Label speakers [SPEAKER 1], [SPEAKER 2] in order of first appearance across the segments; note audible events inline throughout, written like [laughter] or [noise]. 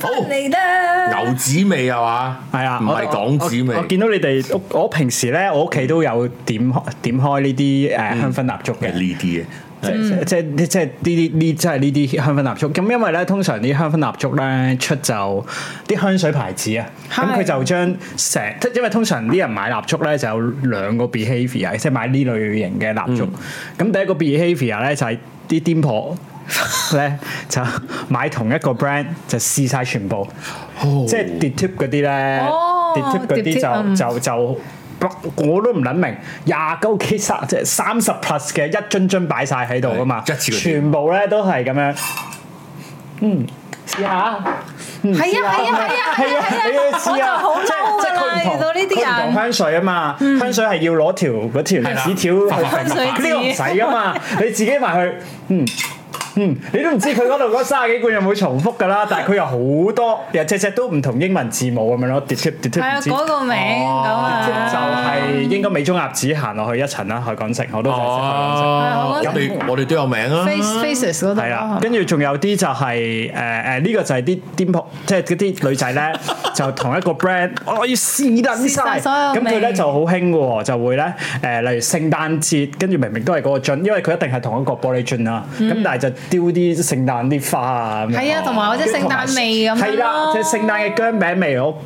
[SPEAKER 1] 好
[SPEAKER 2] 嚟得
[SPEAKER 1] 牛子味係嘛？
[SPEAKER 3] 係啊，
[SPEAKER 1] 唔
[SPEAKER 3] 我
[SPEAKER 1] 係港子
[SPEAKER 3] 我我
[SPEAKER 1] 味，
[SPEAKER 3] 見到你哋，我我平時咧，我屋企都有點開點開呢啲誒香薰蠟燭
[SPEAKER 1] 嗯係
[SPEAKER 3] 嘅。
[SPEAKER 1] 呢啲嘅。
[SPEAKER 3] 即即即即呢啲呢即係呢啲香薰蠟燭，咁因為咧通常啲香薰蠟燭咧出就啲香水牌子啊，咁
[SPEAKER 2] 係
[SPEAKER 3] 佢就將成即因為通常啲人買蠟燭咧就有兩個 behaviour，即係買呢類型嘅蠟燭。咁、
[SPEAKER 1] 嗯
[SPEAKER 3] 第一個 behaviour 咧就係啲癲婆咧就買同一個 brand 就試晒全部，
[SPEAKER 1] 哦
[SPEAKER 3] 即係 d e t i p 嗰啲咧
[SPEAKER 2] 哦
[SPEAKER 3] d e t i p 嗰
[SPEAKER 2] Detip，嗯
[SPEAKER 3] 啲就就就。我都唔撚明，廿鳩 K 三即係三十 plus 嘅一樽樽擺晒喺度噶嘛，
[SPEAKER 1] 係一次過
[SPEAKER 3] 全部咧都係咁樣，嗯，試下，嗯
[SPEAKER 2] 係啊
[SPEAKER 3] 試
[SPEAKER 2] 係
[SPEAKER 3] 下
[SPEAKER 2] 啊係啊係啊係啊
[SPEAKER 3] 你要
[SPEAKER 2] 我
[SPEAKER 3] 試下，
[SPEAKER 2] 就好嬲啊㗎啦
[SPEAKER 3] 即係即係佢唔同
[SPEAKER 2] 遇到呢啲人
[SPEAKER 3] 佢唔同香水啊嘛，香水係要攞條嗰條紙條去
[SPEAKER 2] 香水紙
[SPEAKER 3] 呢個唔使噶嘛，你自己埋去，嗯。嗯，你都唔知佢嗰度嗰三十幾罐有冇重複㗎啦，但係佢有好多，又隻隻都唔同英文字母咁樣咯，detip detip
[SPEAKER 2] 係啊，
[SPEAKER 3] 唔知
[SPEAKER 2] 嗰個名咁
[SPEAKER 3] 即係就
[SPEAKER 2] 啊，
[SPEAKER 3] 係應該美中鴨子行落去一層啦，海港城我都就係識海港城。
[SPEAKER 1] 哦，
[SPEAKER 2] 係
[SPEAKER 1] 我
[SPEAKER 2] 好
[SPEAKER 1] 哋我哋都有名啊。
[SPEAKER 2] face faces 嗰度
[SPEAKER 3] 係啦
[SPEAKER 2] 啊，
[SPEAKER 3] 跟住仲有啲就係誒誒呢個就係啲癲婆，即係嗰啲女
[SPEAKER 2] [laughs]
[SPEAKER 3] 仔咧，就同一個 brand，我要試撚晒。
[SPEAKER 2] 試晒所有
[SPEAKER 3] 咁佢咧
[SPEAKER 2] 味
[SPEAKER 3] 就好興嘅喎，就會咧誒，例如聖誕節，跟住明明都係嗰個樽，因為佢一定係同一個玻璃樽啦，
[SPEAKER 2] 嗯
[SPEAKER 3] 咁但係就丟啲聖誕啲花啊，咁樣
[SPEAKER 2] 係啊同埋或者聖誕味咁樣咯
[SPEAKER 3] 係啦，即係聖誕嘅姜餅味我。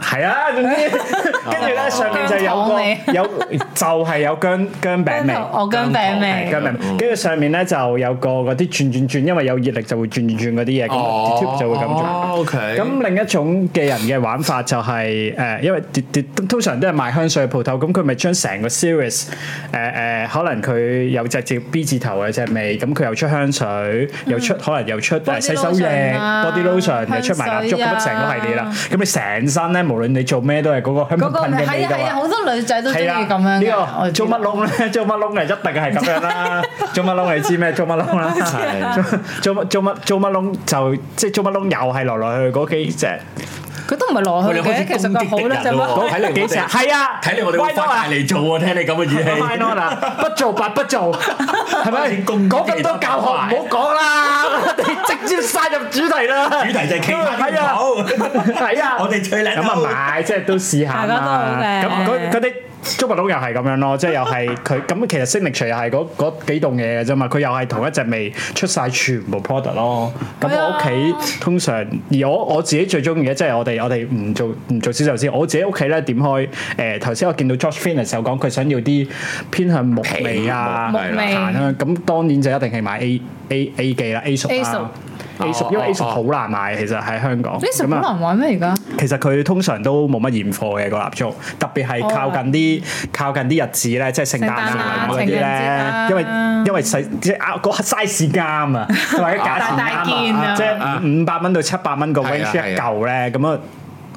[SPEAKER 3] 係啊，總之
[SPEAKER 2] [laughs]
[SPEAKER 3] 跟住咧上面就有
[SPEAKER 2] 姜糖味
[SPEAKER 3] 個有就係有姜姜餅味，
[SPEAKER 2] 哦姜餅味
[SPEAKER 3] 姜餅味，跟住上面咧就有個嗰啲轉轉轉，因為有熱力就會轉轉轉嗰啲嘢，咁 YouTube 就會咁做。
[SPEAKER 1] 哦，OK。
[SPEAKER 3] 咁另一種嘅人嘅玩法就係、誒，因為跌跌通常都係賣香水嘅鋪頭，咁佢咪將成個 series 誒、誒，可能佢有隻字 B 字頭嘅隻味，咁佢又出香水，又出可能又出誒
[SPEAKER 2] Body
[SPEAKER 3] 洗手液、
[SPEAKER 2] lotion 啊
[SPEAKER 3] body lotion，又出埋蠟
[SPEAKER 2] 香
[SPEAKER 3] 燭，
[SPEAKER 2] 水啊
[SPEAKER 3] 咁成個系列啦。咁你成身咧，無論你做咩都係嗰個
[SPEAKER 2] 嗰
[SPEAKER 3] 香
[SPEAKER 2] 個
[SPEAKER 3] 噴噴嘅味
[SPEAKER 2] 係啊
[SPEAKER 3] 道
[SPEAKER 2] 係啊，
[SPEAKER 3] 啊。
[SPEAKER 2] 好多女仔都中意
[SPEAKER 3] 係
[SPEAKER 2] 咁
[SPEAKER 3] 啦，
[SPEAKER 2] 樣嘅
[SPEAKER 3] 呢
[SPEAKER 2] 我
[SPEAKER 3] 個
[SPEAKER 2] 知
[SPEAKER 3] 做乜窿咧？ [laughs] 做乜窿咧？一定係咁樣
[SPEAKER 2] [laughs]
[SPEAKER 3] 啦！做乜窿你知咩？做乜窿啦？
[SPEAKER 2] 啊
[SPEAKER 3] [laughs] 做乜做乜做乜窿就即係做乜窿又係來來去去嗰幾隻。
[SPEAKER 2] 佢都唔係落
[SPEAKER 1] 我
[SPEAKER 2] 去
[SPEAKER 1] 哋開
[SPEAKER 2] 嘅，
[SPEAKER 1] 始
[SPEAKER 2] 其實
[SPEAKER 1] 攻
[SPEAKER 2] 佢
[SPEAKER 1] 擊敵
[SPEAKER 2] 好咧，就
[SPEAKER 1] 人
[SPEAKER 2] 乜
[SPEAKER 1] 咯，睇嚟
[SPEAKER 3] 幾
[SPEAKER 1] 我
[SPEAKER 3] 成
[SPEAKER 1] 哋
[SPEAKER 3] 係啊，
[SPEAKER 1] 睇嚟我哋會
[SPEAKER 3] 歪多
[SPEAKER 1] 發大
[SPEAKER 3] 啊！
[SPEAKER 1] 嚟做喎，聽你咁嘅語
[SPEAKER 3] 歪
[SPEAKER 1] 氣。
[SPEAKER 3] 多
[SPEAKER 1] [laughs]
[SPEAKER 3] 啦，不做白不做，係咪
[SPEAKER 1] 開始？攻擊
[SPEAKER 3] 講咁多教學唔好講啦， [laughs] 你直接殺入主題啦。
[SPEAKER 1] 主題就係其他啲
[SPEAKER 3] 係啊，
[SPEAKER 1] 唔好。
[SPEAKER 3] 係啊，
[SPEAKER 1] 我哋最叻
[SPEAKER 3] 咁啊唔係，即係都試下啦。
[SPEAKER 2] 大家
[SPEAKER 3] 咁
[SPEAKER 2] 都好嘅
[SPEAKER 3] 嗰嗰啲中文佬又係咁樣咯，即係又係
[SPEAKER 2] [laughs]
[SPEAKER 3] 佢咁其實 signature 又係嗰嗰幾棟嘢嘅啫嘛，佢又係同一隻味出晒全部 product 咯。咁
[SPEAKER 2] 係啊
[SPEAKER 3] 我屋企通常而我我自己最中意嘅即係我哋我哋唔做唔做銷售先，我自己屋企咧點開誒頭先我見到 Josh Finnis 有講佢想要啲偏向木味啊、
[SPEAKER 2] 木
[SPEAKER 3] 檀
[SPEAKER 2] 味
[SPEAKER 3] 香，咁當然就一定係買 A A A 記啦，A 屬
[SPEAKER 2] A 哦屬
[SPEAKER 3] 啦。A 屬因為 A 屬好難買，其實喺香港。
[SPEAKER 2] 呢首
[SPEAKER 3] 咁
[SPEAKER 2] 好
[SPEAKER 3] 啊
[SPEAKER 2] 難玩咩而
[SPEAKER 3] [laughs]
[SPEAKER 2] 家？
[SPEAKER 3] 其實佢通常都冇乜現貨嘅個蠟燭，特別係靠近啲靠近啲日子咧，即係聖誕啊
[SPEAKER 2] 哦聖誕啊
[SPEAKER 3] 嗰啲
[SPEAKER 2] 情人節
[SPEAKER 3] 咧
[SPEAKER 2] 啊，
[SPEAKER 3] 因為因為細即係啊個 size 啱啊，同埋個價錢
[SPEAKER 2] [laughs] 大大件
[SPEAKER 3] 啱
[SPEAKER 2] 啊
[SPEAKER 3] 啊，即係五百蚊到七百蚊個
[SPEAKER 1] 係啊
[SPEAKER 3] range
[SPEAKER 1] 係啊
[SPEAKER 3] 一嚿咧，咁啊。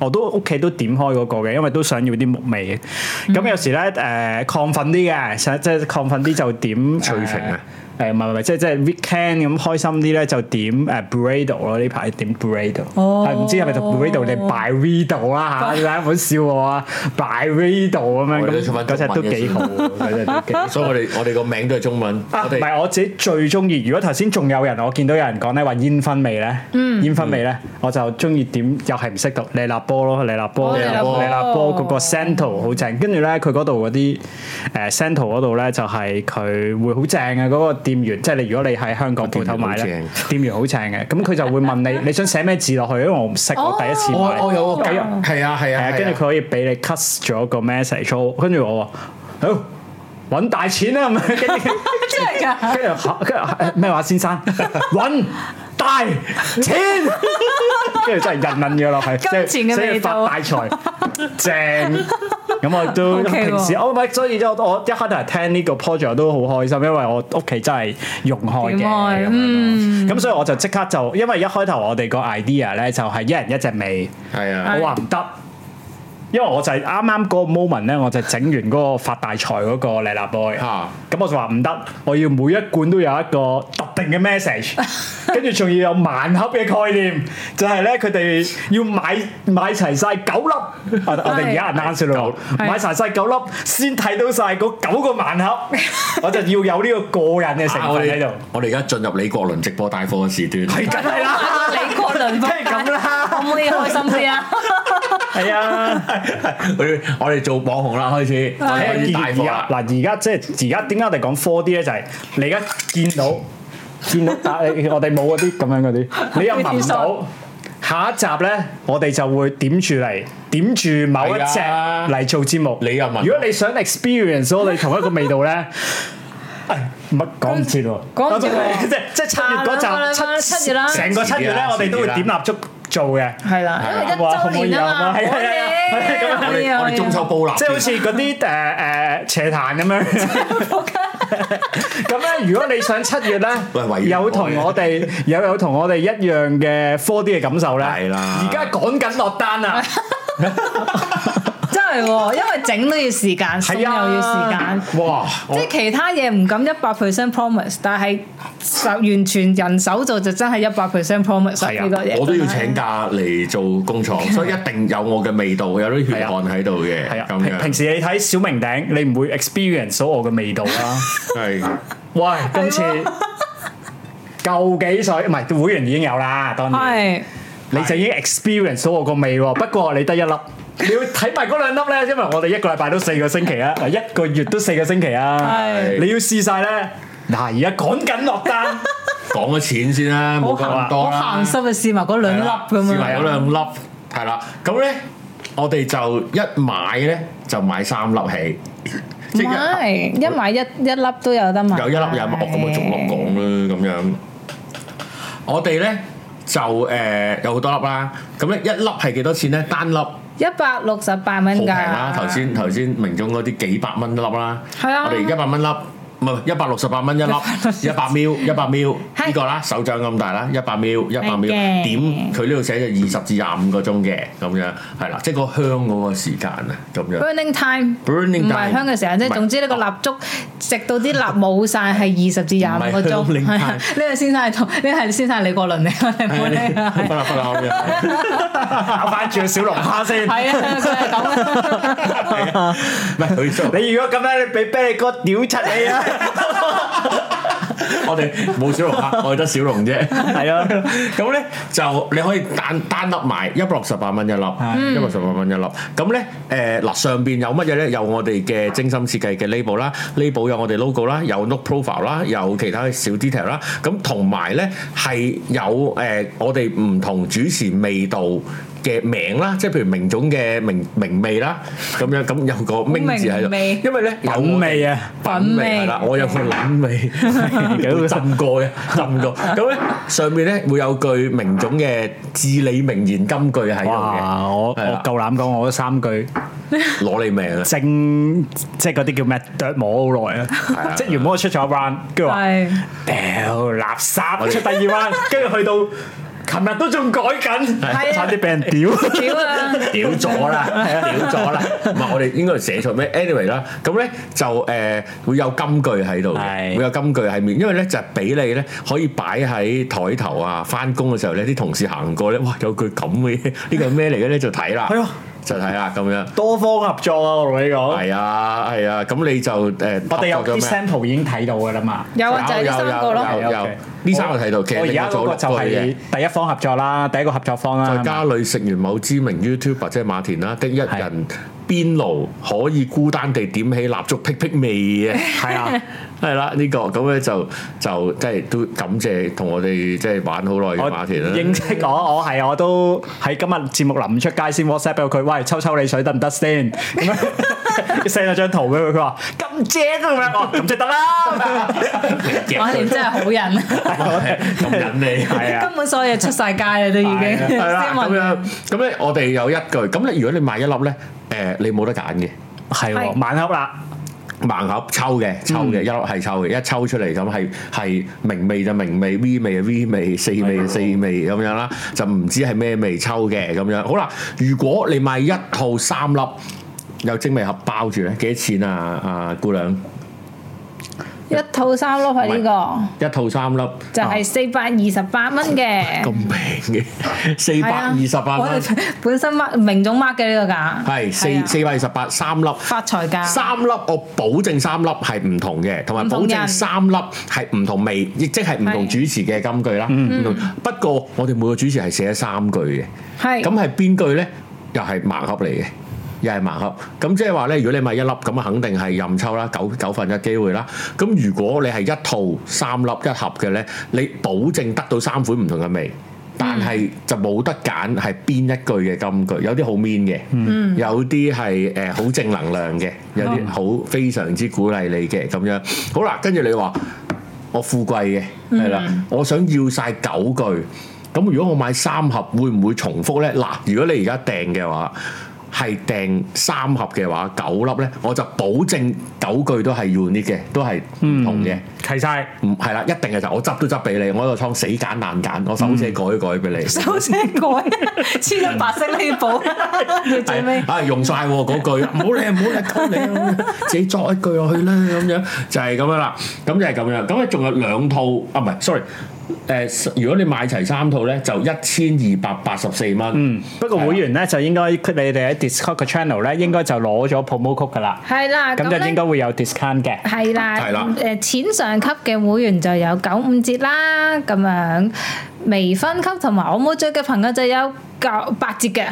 [SPEAKER 3] 我都屋企都點開嗰個嘅，因為都想要啲木味
[SPEAKER 1] 嗯
[SPEAKER 3] 嘅。咁有時咧誒、亢奮啲嘅，想即係亢奮啲就點
[SPEAKER 1] 催情啊
[SPEAKER 3] 誒誒唔係唔係，即係即係 weekend 咁開心啲咧，就點誒 burrito 咯。呢排點 burrito，
[SPEAKER 2] 哦
[SPEAKER 3] 係唔知係咪讀 burrito 定 by redo 啦嚇？你大家唔好笑我啊！by redo 咁樣
[SPEAKER 1] 我哋都
[SPEAKER 3] 咁
[SPEAKER 1] 出翻
[SPEAKER 3] 嗰隻都
[SPEAKER 1] 中文嘅
[SPEAKER 3] 幾好，嗰隻都幾。
[SPEAKER 1] 所以我哋我哋個名都係中文，
[SPEAKER 3] 啊，
[SPEAKER 1] 我
[SPEAKER 3] 唔
[SPEAKER 1] 哋
[SPEAKER 3] 係我自己最中意。如果頭先仲有人，我見到有人講咧話煙燻味咧，
[SPEAKER 2] 嗯
[SPEAKER 3] 煙燻味咧，
[SPEAKER 1] 嗯
[SPEAKER 3] 我就中意點又係唔識讀利立波咯，利立波，
[SPEAKER 2] 哦
[SPEAKER 3] 利
[SPEAKER 2] 利
[SPEAKER 3] 立
[SPEAKER 2] 立
[SPEAKER 3] 波，
[SPEAKER 2] 波
[SPEAKER 3] 利立波嗰個 Santo 好正。跟住咧，佢嗰度嗰啲呃誒 Santo 嗰度咧，就係佢會好正嘅嗰個店員，即係你如果你喺香港鋪頭買
[SPEAKER 1] 個店員
[SPEAKER 3] 咧
[SPEAKER 1] 好，
[SPEAKER 3] 店員好正嘅，咁佢就會問你你想寫咩字落去，因為我唔識，我
[SPEAKER 2] 哦
[SPEAKER 3] 第一次買。
[SPEAKER 1] 我我有個計，係啊係
[SPEAKER 3] 係
[SPEAKER 1] 啊，
[SPEAKER 3] 啊，跟住佢
[SPEAKER 1] 佢
[SPEAKER 3] 可以俾你 cut 咗個 message，我跟住我話好揾大錢啦咁樣，跟住。
[SPEAKER 2] 真係㗎！
[SPEAKER 3] 跟住嚇跟住嚇咩話先生 [laughs] 揾大錢， [laughs] 跟住真係人民嘅落係，
[SPEAKER 2] 金錢嘅味道
[SPEAKER 3] 即係即係發大財，正。咁我都
[SPEAKER 2] [laughs] OK 喎
[SPEAKER 3] 平時我咪所以我我一開頭係聽呢個 project 都好開心，因為我屋企真係用開嘅
[SPEAKER 2] 點開嗯
[SPEAKER 3] 咁樣咯。咁所以我就即刻就，因為一開頭我哋個 idea 咧就係一人一隻味。
[SPEAKER 1] 係啊，
[SPEAKER 3] 我話唔得，因為我就係啱啱嗰個 moment 咧，我就整完嗰個發大財嗰個利立 boy，
[SPEAKER 1] 嚇
[SPEAKER 3] 咁我就話唔得，我要每一罐都有一個特定嘅
[SPEAKER 1] [laughs]
[SPEAKER 3] message，跟住仲要有盲盒嘅概念，就係咧佢哋要買買齊晒九粒，我我哋而家 announce 咯
[SPEAKER 2] 係，
[SPEAKER 3] 買齊晒九粒先睇到晒嗰九個盲盒，我就要有呢個個人嘅成
[SPEAKER 1] 啊我
[SPEAKER 3] 分喺
[SPEAKER 1] 哋
[SPEAKER 3] 度，
[SPEAKER 1] 我哋而家進入李國麟直播帶貨嘅時段， [laughs]
[SPEAKER 3] 係梗係啦。
[SPEAKER 2] 李國麟
[SPEAKER 3] 梗係咁啦，
[SPEAKER 2] 有冇嘢開心先啊？
[SPEAKER 3] 係啊。
[SPEAKER 1] 我哋我哋做網紅啦，開始我哋開始大火啦。
[SPEAKER 3] 嗱，而家即係而家點解我哋講 4D 咧？就係、你而家見到見到，但係我哋冇嗰啲咁樣嗰啲，你又聞唔到。下一集咧，我哋就會點住嚟，點住某一隻
[SPEAKER 1] 係啊
[SPEAKER 3] 嚟做節目。
[SPEAKER 1] 你又聞到
[SPEAKER 3] 如果你想 experience 我哋同一個味道
[SPEAKER 1] [laughs]
[SPEAKER 3] 咧，唉
[SPEAKER 1] 哎
[SPEAKER 3] 唔係講唔切喎，
[SPEAKER 2] 講唔切喎
[SPEAKER 3] [laughs] 即係即係七
[SPEAKER 2] 下兩
[SPEAKER 3] 月
[SPEAKER 2] 個禮
[SPEAKER 3] 嗰
[SPEAKER 2] 拜
[SPEAKER 3] 集，
[SPEAKER 2] 七月啦
[SPEAKER 3] 成個七月咧，我哋都
[SPEAKER 1] 啊
[SPEAKER 3] 會點蠟燭做嘅。
[SPEAKER 2] 係啦，因為
[SPEAKER 3] 係啊
[SPEAKER 2] 一週年啊嘛，
[SPEAKER 3] 係啊係啊係啊係啊
[SPEAKER 1] 我哋我哋中秋煲蠟燭，
[SPEAKER 3] 即係好似嗰啲誒誒斜彈咁樣。咁咧，如果你想七月
[SPEAKER 1] 喂圍
[SPEAKER 3] 咧，
[SPEAKER 1] 繞
[SPEAKER 3] 有同我哋有有同我哋一樣嘅 4D 嘅感受咧，
[SPEAKER 1] 係啦
[SPEAKER 3] 而家趕緊落
[SPEAKER 1] [laughs]
[SPEAKER 3] 單啊！
[SPEAKER 2] 真係喎，因為整都要時間，送又
[SPEAKER 3] 係啊，
[SPEAKER 2] 要時間。
[SPEAKER 3] 哇！
[SPEAKER 2] 即係其他嘢唔敢一百 percent promise，但係手完全人手做就真係一百 percent promise
[SPEAKER 3] 係啊
[SPEAKER 2] 呢個嘢。
[SPEAKER 1] 我都要請假嚟做工廠，所以一定有我嘅味道，有啲血汗喺度嘅。
[SPEAKER 3] 係啊，
[SPEAKER 1] 咁
[SPEAKER 3] 平平
[SPEAKER 1] 樣
[SPEAKER 3] 時你睇小明頂，你唔會 experience 到我嘅
[SPEAKER 1] [laughs]
[SPEAKER 3] 味道啦。
[SPEAKER 1] 係
[SPEAKER 3] 喂，今次夠幾水？唔係會員已經有啦，當然
[SPEAKER 2] 係
[SPEAKER 3] 你就已經 experience 到我個味喎。不過你得一粒，你要睇埋嗰兩粒咧，因為我哋一個禮拜都四個星期啊，嗱一個月都四個星期啊。
[SPEAKER 2] 係
[SPEAKER 3] 你要試晒咧，嗱而家趕緊落單。
[SPEAKER 1] 講咗錢先啦，冇講咁多
[SPEAKER 2] 好
[SPEAKER 1] 啦。
[SPEAKER 2] 鹹濕嘅試埋嗰兩粒咁
[SPEAKER 1] 試埋
[SPEAKER 2] 樣
[SPEAKER 1] 有。兩粒，係啦。咁咧，我哋就一買咧就買三粒起，
[SPEAKER 2] 唔
[SPEAKER 1] 即係一
[SPEAKER 2] 係一買一一粒都有得買，
[SPEAKER 1] 有一粒有一粒，我咁啊逐粒講啦，咁樣。我哋咧就誒有好多粒啦，咁咧一粒係幾多錢咧？單粒好
[SPEAKER 2] 一百六十八蚊
[SPEAKER 1] 平
[SPEAKER 2] 㗎。
[SPEAKER 1] 啦，頭先頭先明總嗰啲幾百蚊一粒啦，
[SPEAKER 2] 係啊
[SPEAKER 1] 我哋一百蚊粒。唔係一百六十八蚊一粒，一百 ml 一百 ml
[SPEAKER 2] 係
[SPEAKER 1] 呢個啦，手掌咁大啦，一百 ml 一百 ml
[SPEAKER 2] 係嘅
[SPEAKER 1] 點佢呢度寫咗二十至廿五個鐘嘅咁樣，係啦，即係個香嗰個時間啊咁樣。
[SPEAKER 2] Burning time，
[SPEAKER 1] Burning
[SPEAKER 2] 唔係
[SPEAKER 1] time
[SPEAKER 2] 香嘅時間，即
[SPEAKER 1] 唔
[SPEAKER 2] 係
[SPEAKER 1] 係
[SPEAKER 2] 總之呢個蠟燭直到啲蠟冇晒係二十至廿五個
[SPEAKER 1] 唔係
[SPEAKER 2] 鐘。
[SPEAKER 1] 香 time
[SPEAKER 2] 係呢個先生係同呢個係先生係李國麟嚟㗎，你 [laughs] 冇理啊
[SPEAKER 1] 不哎啦不啦咁樣。
[SPEAKER 3] 咬翻住個小龍蝦先。
[SPEAKER 2] 係啊，佢係咁嘅。
[SPEAKER 1] 唔係佢做，
[SPEAKER 3] 你如果咁樣，你俾啤你哥屌柒你啊！
[SPEAKER 1] 我哋冇小龍蝦，我哋得小龍啫。
[SPEAKER 3] 係啊，
[SPEAKER 1] [laughs] 咁咧就你可以單單粒買一百六十八蚊一粒，一百六十八蚊一粒。咁咧誒嗱上邊有乜嘢咧？有我哋嘅精心設計嘅 label 啦，label 有我哋 logo 啦，有 note profile 啦，有其他小 detail 啦。咁同埋咧係有誒、呃我哋唔同主持味道。嘅名啦，即係譬如明總嘅明明味啦，咁樣咁有個明字喺度
[SPEAKER 2] 明味，
[SPEAKER 1] 因為咧有
[SPEAKER 3] 品
[SPEAKER 1] 我哋
[SPEAKER 3] 味啊！
[SPEAKER 1] 品味係啦，我有個撚
[SPEAKER 3] [laughs]
[SPEAKER 1] 味，會浸過嘅，浸過。咁咧上面咧會有句明總嘅至理名言金句喺度
[SPEAKER 3] 哇！
[SPEAKER 1] 嘅，
[SPEAKER 3] 我我
[SPEAKER 1] 係啦
[SPEAKER 3] 夠膽講，我嗰三句
[SPEAKER 1] 攞你命啊！
[SPEAKER 3] 正，即係嗰啲叫咩？啄摸好耐啊！即係原本我出咗一 round，跟住話。
[SPEAKER 2] 係
[SPEAKER 3] 掉垃圾出第二彎，跟住去到琴日都仲改緊，
[SPEAKER 2] 係啊
[SPEAKER 3] 差啲俾人屌。
[SPEAKER 2] 屌啊！
[SPEAKER 1] 屌咗啦，屌咗啦！唔係我哋應該係寫錯咩？anyway 啦，咁咧就誒會有金句喺度嘅，
[SPEAKER 3] 係
[SPEAKER 1] 會有金句喺面，因為咧就係俾你咧可以擺喺台頭啊，翻工嘅時候咧啲同事行過咧，哇有句咁 [laughs] 嘅嘢，呢個係咩嚟嘅咧就睇啦
[SPEAKER 3] 係啊，
[SPEAKER 1] 就睇啦咁樣。
[SPEAKER 3] 多方合作啊！我同你講，
[SPEAKER 1] 係啊，係啊，咁你就誒，
[SPEAKER 3] 我哋有
[SPEAKER 1] 合作咗
[SPEAKER 3] 啲
[SPEAKER 1] 咩
[SPEAKER 3] sample 已經睇到㗎啦嘛。
[SPEAKER 2] 有啊，就係呢三個咯。
[SPEAKER 1] 有
[SPEAKER 3] 係
[SPEAKER 1] 有
[SPEAKER 3] OK
[SPEAKER 1] 呢三個睇到其實
[SPEAKER 3] 我而家嗰個就
[SPEAKER 1] 另外
[SPEAKER 3] 係第一方合作啦，第一個合作方啦
[SPEAKER 1] 在。家裏食完某知名 YouTube 或者馬田啦的一人邊爐，可以孤單地點起蠟燭，辟辟味嘅。
[SPEAKER 3] 係啊，
[SPEAKER 1] 係啦，呢個咁咧就就即係都感謝同我哋即係玩好耐嘅
[SPEAKER 3] 我
[SPEAKER 1] 馬田啦。
[SPEAKER 3] 認識我，我係我都喺今日節目臨出街先 WhatsApp 俾佢，喂，抽抽你水得唔得 [laughs] 先？咁樣 send 咗張圖俾佢，佢話咁正咁樣，我咁就得啦。
[SPEAKER 2] 馬田真係好人，
[SPEAKER 1] 咁引你
[SPEAKER 2] [laughs]
[SPEAKER 3] 係啊
[SPEAKER 2] 根本所有嘢出晒街啦，都已經。
[SPEAKER 1] 係啦
[SPEAKER 2] 斯
[SPEAKER 1] 咁
[SPEAKER 2] 文
[SPEAKER 1] 樣咁咧，我哋有一句咁你如果你買一粒咧，誒你冇得揀嘅。
[SPEAKER 3] 係喎，
[SPEAKER 2] 係
[SPEAKER 3] 晚黑啦。
[SPEAKER 1] 嗯盲盒抽嘅，抽嘅、一粒係抽嘅，一抽出嚟咁係係明味就明味，V 味就 V 味，四味就四味咁樣啦，就唔知係咩味抽嘅咁樣。好啦，如果你買一套三粒有精味盒包住咧，幾多錢啊？啊姑娘，
[SPEAKER 2] 一套三粒係呢
[SPEAKER 1] 一套三粒，
[SPEAKER 2] 個，就係四百二十八蚊
[SPEAKER 1] 啊咁
[SPEAKER 2] 嘅。
[SPEAKER 1] 平嘅，四百二十八
[SPEAKER 2] 我
[SPEAKER 1] 蚊，
[SPEAKER 2] 哋本身 mark 明總 mark 嘅呢個價，
[SPEAKER 1] 係
[SPEAKER 2] 係
[SPEAKER 1] 四
[SPEAKER 2] 啊
[SPEAKER 1] 四百二十八三粒。
[SPEAKER 2] 發財價。
[SPEAKER 1] 三粒我保證三粒係唔同嘅，同埋
[SPEAKER 2] 唔
[SPEAKER 1] 保
[SPEAKER 2] 同
[SPEAKER 1] 證
[SPEAKER 2] 人
[SPEAKER 1] 三粒係唔同味，亦即係唔同
[SPEAKER 2] 係嗯
[SPEAKER 1] 主持嘅金句啦。唔同不過我哋每個主持係寫咗三句嘅，
[SPEAKER 2] 係
[SPEAKER 1] 咁係邊句咧？又係盲盒嚟嘅。又係盲盒，咁即係話咧，如果你買一粒咁啊，肯定係任抽啦，九九分一機會啦。咁如果你係一套三粒一盒嘅咧，你保證得到三款唔同嘅味，但係就冇得揀係邊一句嘅金句，有啲好 mean 嘅，有啲係誒好正能量嘅，有啲好非常之鼓勵你嘅咁樣。好啦，跟住你話我富貴嘅，係啦，我想要晒九句。咁如果我買三盒，會唔會重複呢？嗱，如果你而家訂嘅話，係訂三盒嘅話，九粒呢，我就保證九句都係 unique 嘅，都係
[SPEAKER 3] 嗯
[SPEAKER 1] 唔同嘅。
[SPEAKER 3] 齊晒。
[SPEAKER 1] 唔係啦，一定係就我執都執俾你，我喺個倉死揀爛揀，我手寫改都改俾你。 [laughs]
[SPEAKER 2] 手寫改，黐咗白色呢布，要最尾
[SPEAKER 1] 係啊用晒喎嗰
[SPEAKER 2] [laughs]
[SPEAKER 1] 句，唔好理唔好理，溝你啊自己作一句落去啦，咁樣就係咁樣啦，咁就係咁樣，咁啊仲有兩套啊，唔係，sorry，誒、如果你買齊三套咧，就一千二百八十四蚊，嗯，
[SPEAKER 3] 不過會員咧就應該你哋喺 Discord 嘅 channel 咧，應該就攞咗 promo code 噶啦，
[SPEAKER 2] 係啦，
[SPEAKER 3] 咁
[SPEAKER 2] 啊咁
[SPEAKER 3] 就應該
[SPEAKER 2] 咧。
[SPEAKER 3] 會有 discount 嘅。
[SPEAKER 2] 係啦，
[SPEAKER 1] 係啦
[SPEAKER 2] 誒錢上級嘅會員就有九五折啦，咁樣微分級同埋我冇追嘅朋友就有九八折嘅，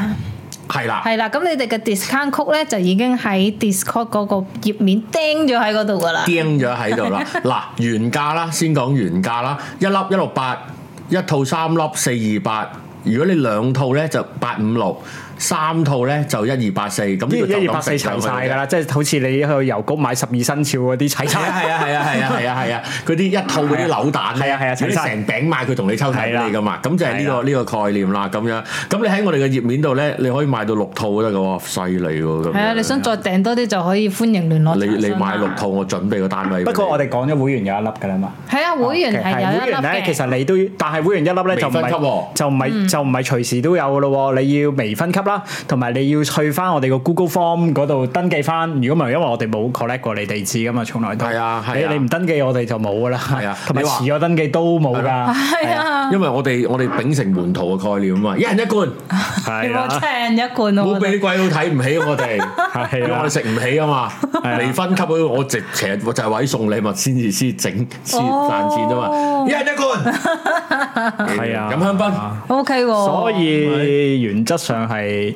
[SPEAKER 1] 係啦，
[SPEAKER 2] 係啦，咁你哋嘅 discount code 咧就已經喺 Discord 嗰個頁面釘咗喺嗰度噶啦，
[SPEAKER 1] 釘咗喺
[SPEAKER 2] [laughs]
[SPEAKER 1] 度啦，嗱原價啦，先講原價啦，一粒一六八，一套三粒四二八，如果你兩套咧就八五六，三套咧就一二八四，咁呢個就
[SPEAKER 3] 一二八
[SPEAKER 1] 咁
[SPEAKER 3] 四
[SPEAKER 1] 食上
[SPEAKER 3] 齊
[SPEAKER 1] 去
[SPEAKER 3] 晒
[SPEAKER 1] 嘅
[SPEAKER 3] 㗎啦，即係好似你去郵局買十二生肖嗰啲齊
[SPEAKER 1] 係啊
[SPEAKER 3] 晒。
[SPEAKER 1] 係啊係啊係啊係啊係啊！嗰啲一套嗰啲扭蛋咧，
[SPEAKER 3] 係啊係啊
[SPEAKER 1] 如果你
[SPEAKER 3] 齊晒
[SPEAKER 1] 成餅買佢同你抽晒俾你噶嘛，咁就係呢個
[SPEAKER 3] 係
[SPEAKER 1] 呢個概念啦咁樣。咁你喺我哋嘅頁面度咧，你可以買到六套都得嘅喎，犀利喎咁樣。
[SPEAKER 2] 係啊，你想再訂多啲就可以歡迎聯絡。
[SPEAKER 1] 你你買六套，，我準備個單位俾你。
[SPEAKER 3] 不過我哋講咗會員有一粒㗎啦嘛。
[SPEAKER 2] 係啊，會員係有一
[SPEAKER 3] 哦會
[SPEAKER 2] 粒
[SPEAKER 3] 員咧，
[SPEAKER 2] 嘅，嗯
[SPEAKER 3] 其實你都要，但係會員一粒咧就唔
[SPEAKER 1] 微分級
[SPEAKER 3] 係
[SPEAKER 1] 喎
[SPEAKER 3] 就唔係就唔係隨時都有嘅咯喎，你要微分級啦，同埋你要去翻我哋個 Google Form 嗰度登記翻。如果唔係，因為我哋冇 collect 過你地址噶嘛，從來都
[SPEAKER 1] 係啊係啊
[SPEAKER 3] 你你唔登記我哋就冇噶啦，係
[SPEAKER 1] 啊
[SPEAKER 3] [laughs] 同埋
[SPEAKER 1] 你話
[SPEAKER 3] 遲咗登記都冇㗎，
[SPEAKER 2] 係啊，
[SPEAKER 1] 因為我哋我哋秉承門徒嘅概念啊嘛，一人一罐，
[SPEAKER 2] 你
[SPEAKER 3] 係
[SPEAKER 2] 冇
[SPEAKER 3] 啦，
[SPEAKER 2] 聽一罐咯，
[SPEAKER 1] 冇俾啲鬼佬睇唔起我哋，因為
[SPEAKER 3] 係
[SPEAKER 1] 我哋
[SPEAKER 3] 啦。
[SPEAKER 1] 食唔起啊嘛。
[SPEAKER 3] 啊
[SPEAKER 1] 離婚級嗰個我直其實我就係為咗送禮物先至先整先
[SPEAKER 2] 哦
[SPEAKER 1] 賺錢啊嘛，一人一罐，
[SPEAKER 3] 係啊
[SPEAKER 1] 飲香檳。
[SPEAKER 2] O K 喎，
[SPEAKER 3] 所以原則上係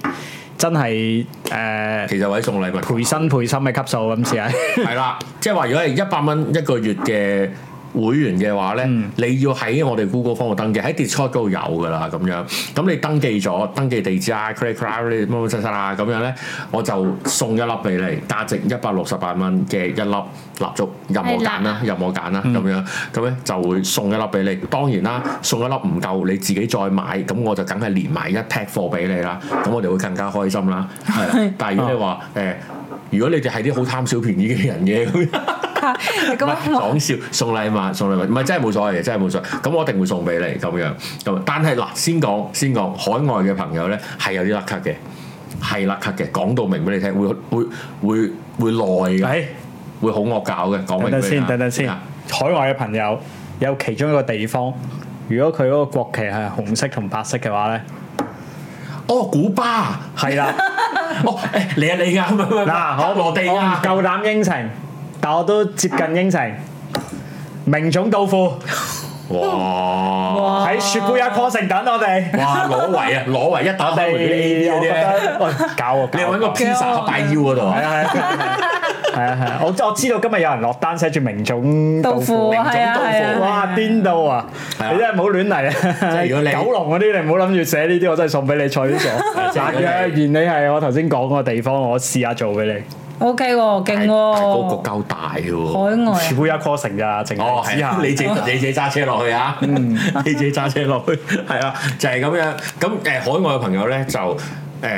[SPEAKER 3] 真係誒
[SPEAKER 1] 其實位送禮物
[SPEAKER 3] 陪身陪心嘅級數咁先係。
[SPEAKER 1] [laughs] 係啦，即係話如果係一百蚊一個月嘅會員嘅話咧，你要喺我哋 Google 方度登記，喺 Discord 嗰度有㗎啦咁樣。咁你登記咗，登記地址啊 credit card 乜乜七七啊咁樣咧，我就送一粒俾你，價值一百六十八蚊嘅一粒蠟燭，任我揀啦，任我揀啦
[SPEAKER 3] 嗯
[SPEAKER 1] 咁樣。咁咧就會送一粒俾你。當然啦，送一粒唔夠，你自己再買，咁我就梗係連埋一 pack 貨俾你啦。咁我哋會更加開心啦。係啦但係如果你話誒。如果你哋係啲好貪小便宜嘅人嘅，咁樣
[SPEAKER 2] 你 [laughs] 咁
[SPEAKER 1] 唔
[SPEAKER 3] 啊
[SPEAKER 1] 係
[SPEAKER 2] 樣話
[SPEAKER 1] 講笑送禮物送禮物，唔係真係冇所謂嘅，真係冇所謂。咁我一定會送俾你咁樣咁。但係嗱，先講先講海外嘅朋友咧，係有啲甩咳嘅，係甩咳嘅，講到明俾你聽，會會會會耐嘅，
[SPEAKER 3] 係。
[SPEAKER 1] 會好惡搞嘅。講明俾你
[SPEAKER 3] 等等
[SPEAKER 1] 聽
[SPEAKER 3] 先，等等先。
[SPEAKER 1] 啊
[SPEAKER 3] 海外嘅朋友有其中一個地方，如果佢嗰個國旗係紅色同白色嘅話咧，
[SPEAKER 1] 哦，古巴，
[SPEAKER 3] 係啦。
[SPEAKER 1] 哦，誒你啊你啊，唔係唔係唔係啊
[SPEAKER 3] 嗱，我
[SPEAKER 1] 克羅地
[SPEAKER 3] [laughs] 我唔
[SPEAKER 1] 亞，
[SPEAKER 3] 夠膽應承，但我都接近應承。明總到付
[SPEAKER 1] 哇
[SPEAKER 3] 喺雪姑亞 c 城等我哋。
[SPEAKER 1] 哇挪威啊，挪威一打開
[SPEAKER 3] 我
[SPEAKER 1] 門俾你
[SPEAKER 3] 哋
[SPEAKER 1] 呢
[SPEAKER 3] 我
[SPEAKER 1] 啲
[SPEAKER 3] 覺
[SPEAKER 1] 咧，
[SPEAKER 3] 得，喂，搞我搞
[SPEAKER 1] 你
[SPEAKER 3] 我。
[SPEAKER 1] 揾個 pizza 盒擺腰嗰度啊
[SPEAKER 3] 係。啊係啊係啊係啊！我我知道今日有人落單寫住明總
[SPEAKER 2] 豆
[SPEAKER 3] 到
[SPEAKER 2] 腐
[SPEAKER 3] 付。
[SPEAKER 2] 啊係
[SPEAKER 1] 明
[SPEAKER 2] 啊
[SPEAKER 1] 種豆腐
[SPEAKER 2] 係啊，
[SPEAKER 3] 哇！癲到啊！
[SPEAKER 1] 係啊
[SPEAKER 3] 你真係唔好亂嚟
[SPEAKER 1] 係如果你
[SPEAKER 3] 啊！九龍嗰啲你唔好諗住寫呢啲，我真係送俾你錯
[SPEAKER 1] 係
[SPEAKER 3] 咗咗。
[SPEAKER 1] [laughs] 即係
[SPEAKER 3] 嗱，
[SPEAKER 1] 如
[SPEAKER 3] 若
[SPEAKER 1] 果
[SPEAKER 3] 然
[SPEAKER 1] 你
[SPEAKER 3] 你係我頭先講個地方，我試下做俾你。
[SPEAKER 2] O K 喎，勁
[SPEAKER 1] 嗰個
[SPEAKER 2] 喎，
[SPEAKER 1] 夠大嘅
[SPEAKER 2] 海
[SPEAKER 1] 喎。
[SPEAKER 2] 外啊
[SPEAKER 3] 全部一 call 成咋，淨
[SPEAKER 1] 哦，
[SPEAKER 3] 係指
[SPEAKER 1] 係啊
[SPEAKER 3] 下，
[SPEAKER 1] 你自己你自己揸車落去啊， [laughs] 你自己揸車落去，係啊，就係咁樣。咁誒海外嘅朋友咧就誒，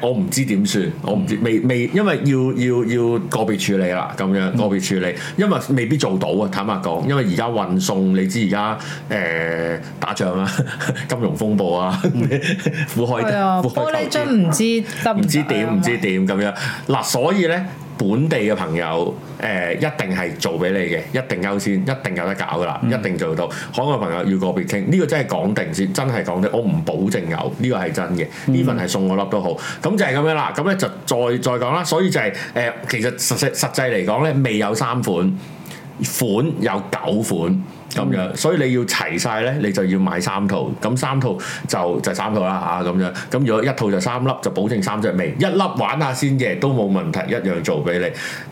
[SPEAKER 1] 我唔知點算，我唔知未未，因為要要要個別處理啦，咁樣個別處理，因為未必做到啊，坦白講，因為而家運送你知而家誒打仗啊， [laughs] 金融風暴啊，苦海
[SPEAKER 2] 係
[SPEAKER 1] [laughs] [laughs]
[SPEAKER 2] 啊，
[SPEAKER 1] 苦海
[SPEAKER 2] 玻璃
[SPEAKER 1] 投資
[SPEAKER 2] 樽唔知得啊
[SPEAKER 1] 唔知點，唔知點咁樣。嗱，所以咧，本地嘅朋友，誒、一定係做俾你嘅，一定優先，一定有得搞噶啦，一定做到。海外朋友要個別傾，呢、個真係講定先，真係講定，我唔保證有，呢、個係真嘅。呢份係送我粒都好，咁就係咁樣啦。咁咧就再再講啦。所以就係、誒、其實實際實際嚟講咧，未有三款。款有九款咁樣，
[SPEAKER 2] 嗯
[SPEAKER 1] 所以你要齊晒咧，你就要買三套。咁三套就就三套啦啊嚇咁樣。咁如果一套就三粒，就保證三隻味，一粒玩下先嘅都冇問題，一樣做俾你。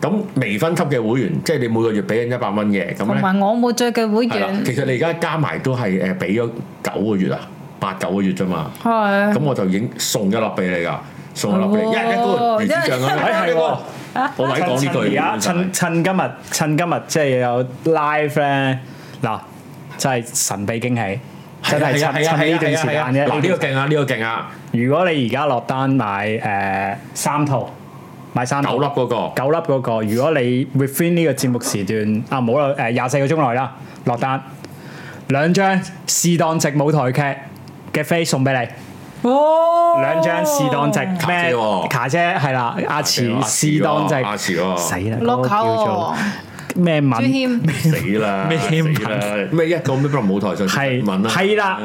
[SPEAKER 1] 咁微分級嘅會員，即係你每個月俾緊一百蚊嘅，咁
[SPEAKER 2] 同
[SPEAKER 1] 咧
[SPEAKER 2] 埋我冇最嘅會
[SPEAKER 1] 係啦。
[SPEAKER 2] 員，
[SPEAKER 1] 其實你而家加埋都係誒俾咗九個月啊，八九個月啫嘛。
[SPEAKER 2] 係
[SPEAKER 1] 咁我就已經送一粒俾你㗎，送一粒俾你，一一個
[SPEAKER 2] 嗯哦
[SPEAKER 1] 魚子醬咁樣。
[SPEAKER 3] 因為
[SPEAKER 1] 哎係喎我咪講呢句。
[SPEAKER 3] 而家趁趁今日趁今日即係有 live 咧，嗱，真係神秘驚喜，
[SPEAKER 1] 啊
[SPEAKER 3] 真係趁趁呢段時間啫。
[SPEAKER 1] 嗱，呢個啊勁啊，呢個勁啊，
[SPEAKER 3] 如果你而家落單買誒、呃三套，買三套
[SPEAKER 1] 九粒嗰個。
[SPEAKER 3] 九粒嗰、個，如果你 within 呢個節目時段啊，冇啦誒廿四個鐘內啦，落單兩張試當值舞台劇嘅飛送俾你。
[SPEAKER 2] 哦，
[SPEAKER 3] 兩張試當值
[SPEAKER 1] 卡
[SPEAKER 3] 咩
[SPEAKER 1] 姐喎
[SPEAKER 3] 卡姐係啦，阿慈
[SPEAKER 1] 卡姐
[SPEAKER 3] 試
[SPEAKER 1] 喎
[SPEAKER 3] 當值
[SPEAKER 1] 阿慈喎
[SPEAKER 3] 死啦，嗰
[SPEAKER 2] 落
[SPEAKER 3] 個
[SPEAKER 2] 口
[SPEAKER 3] 叫做咩
[SPEAKER 2] 朱
[SPEAKER 3] 文
[SPEAKER 2] 謙，
[SPEAKER 1] 死 [laughs] 啦，
[SPEAKER 3] 咩
[SPEAKER 1] 死啦，咩一個咩不能舞台上
[SPEAKER 3] 係
[SPEAKER 1] 問啦，
[SPEAKER 3] 係啦，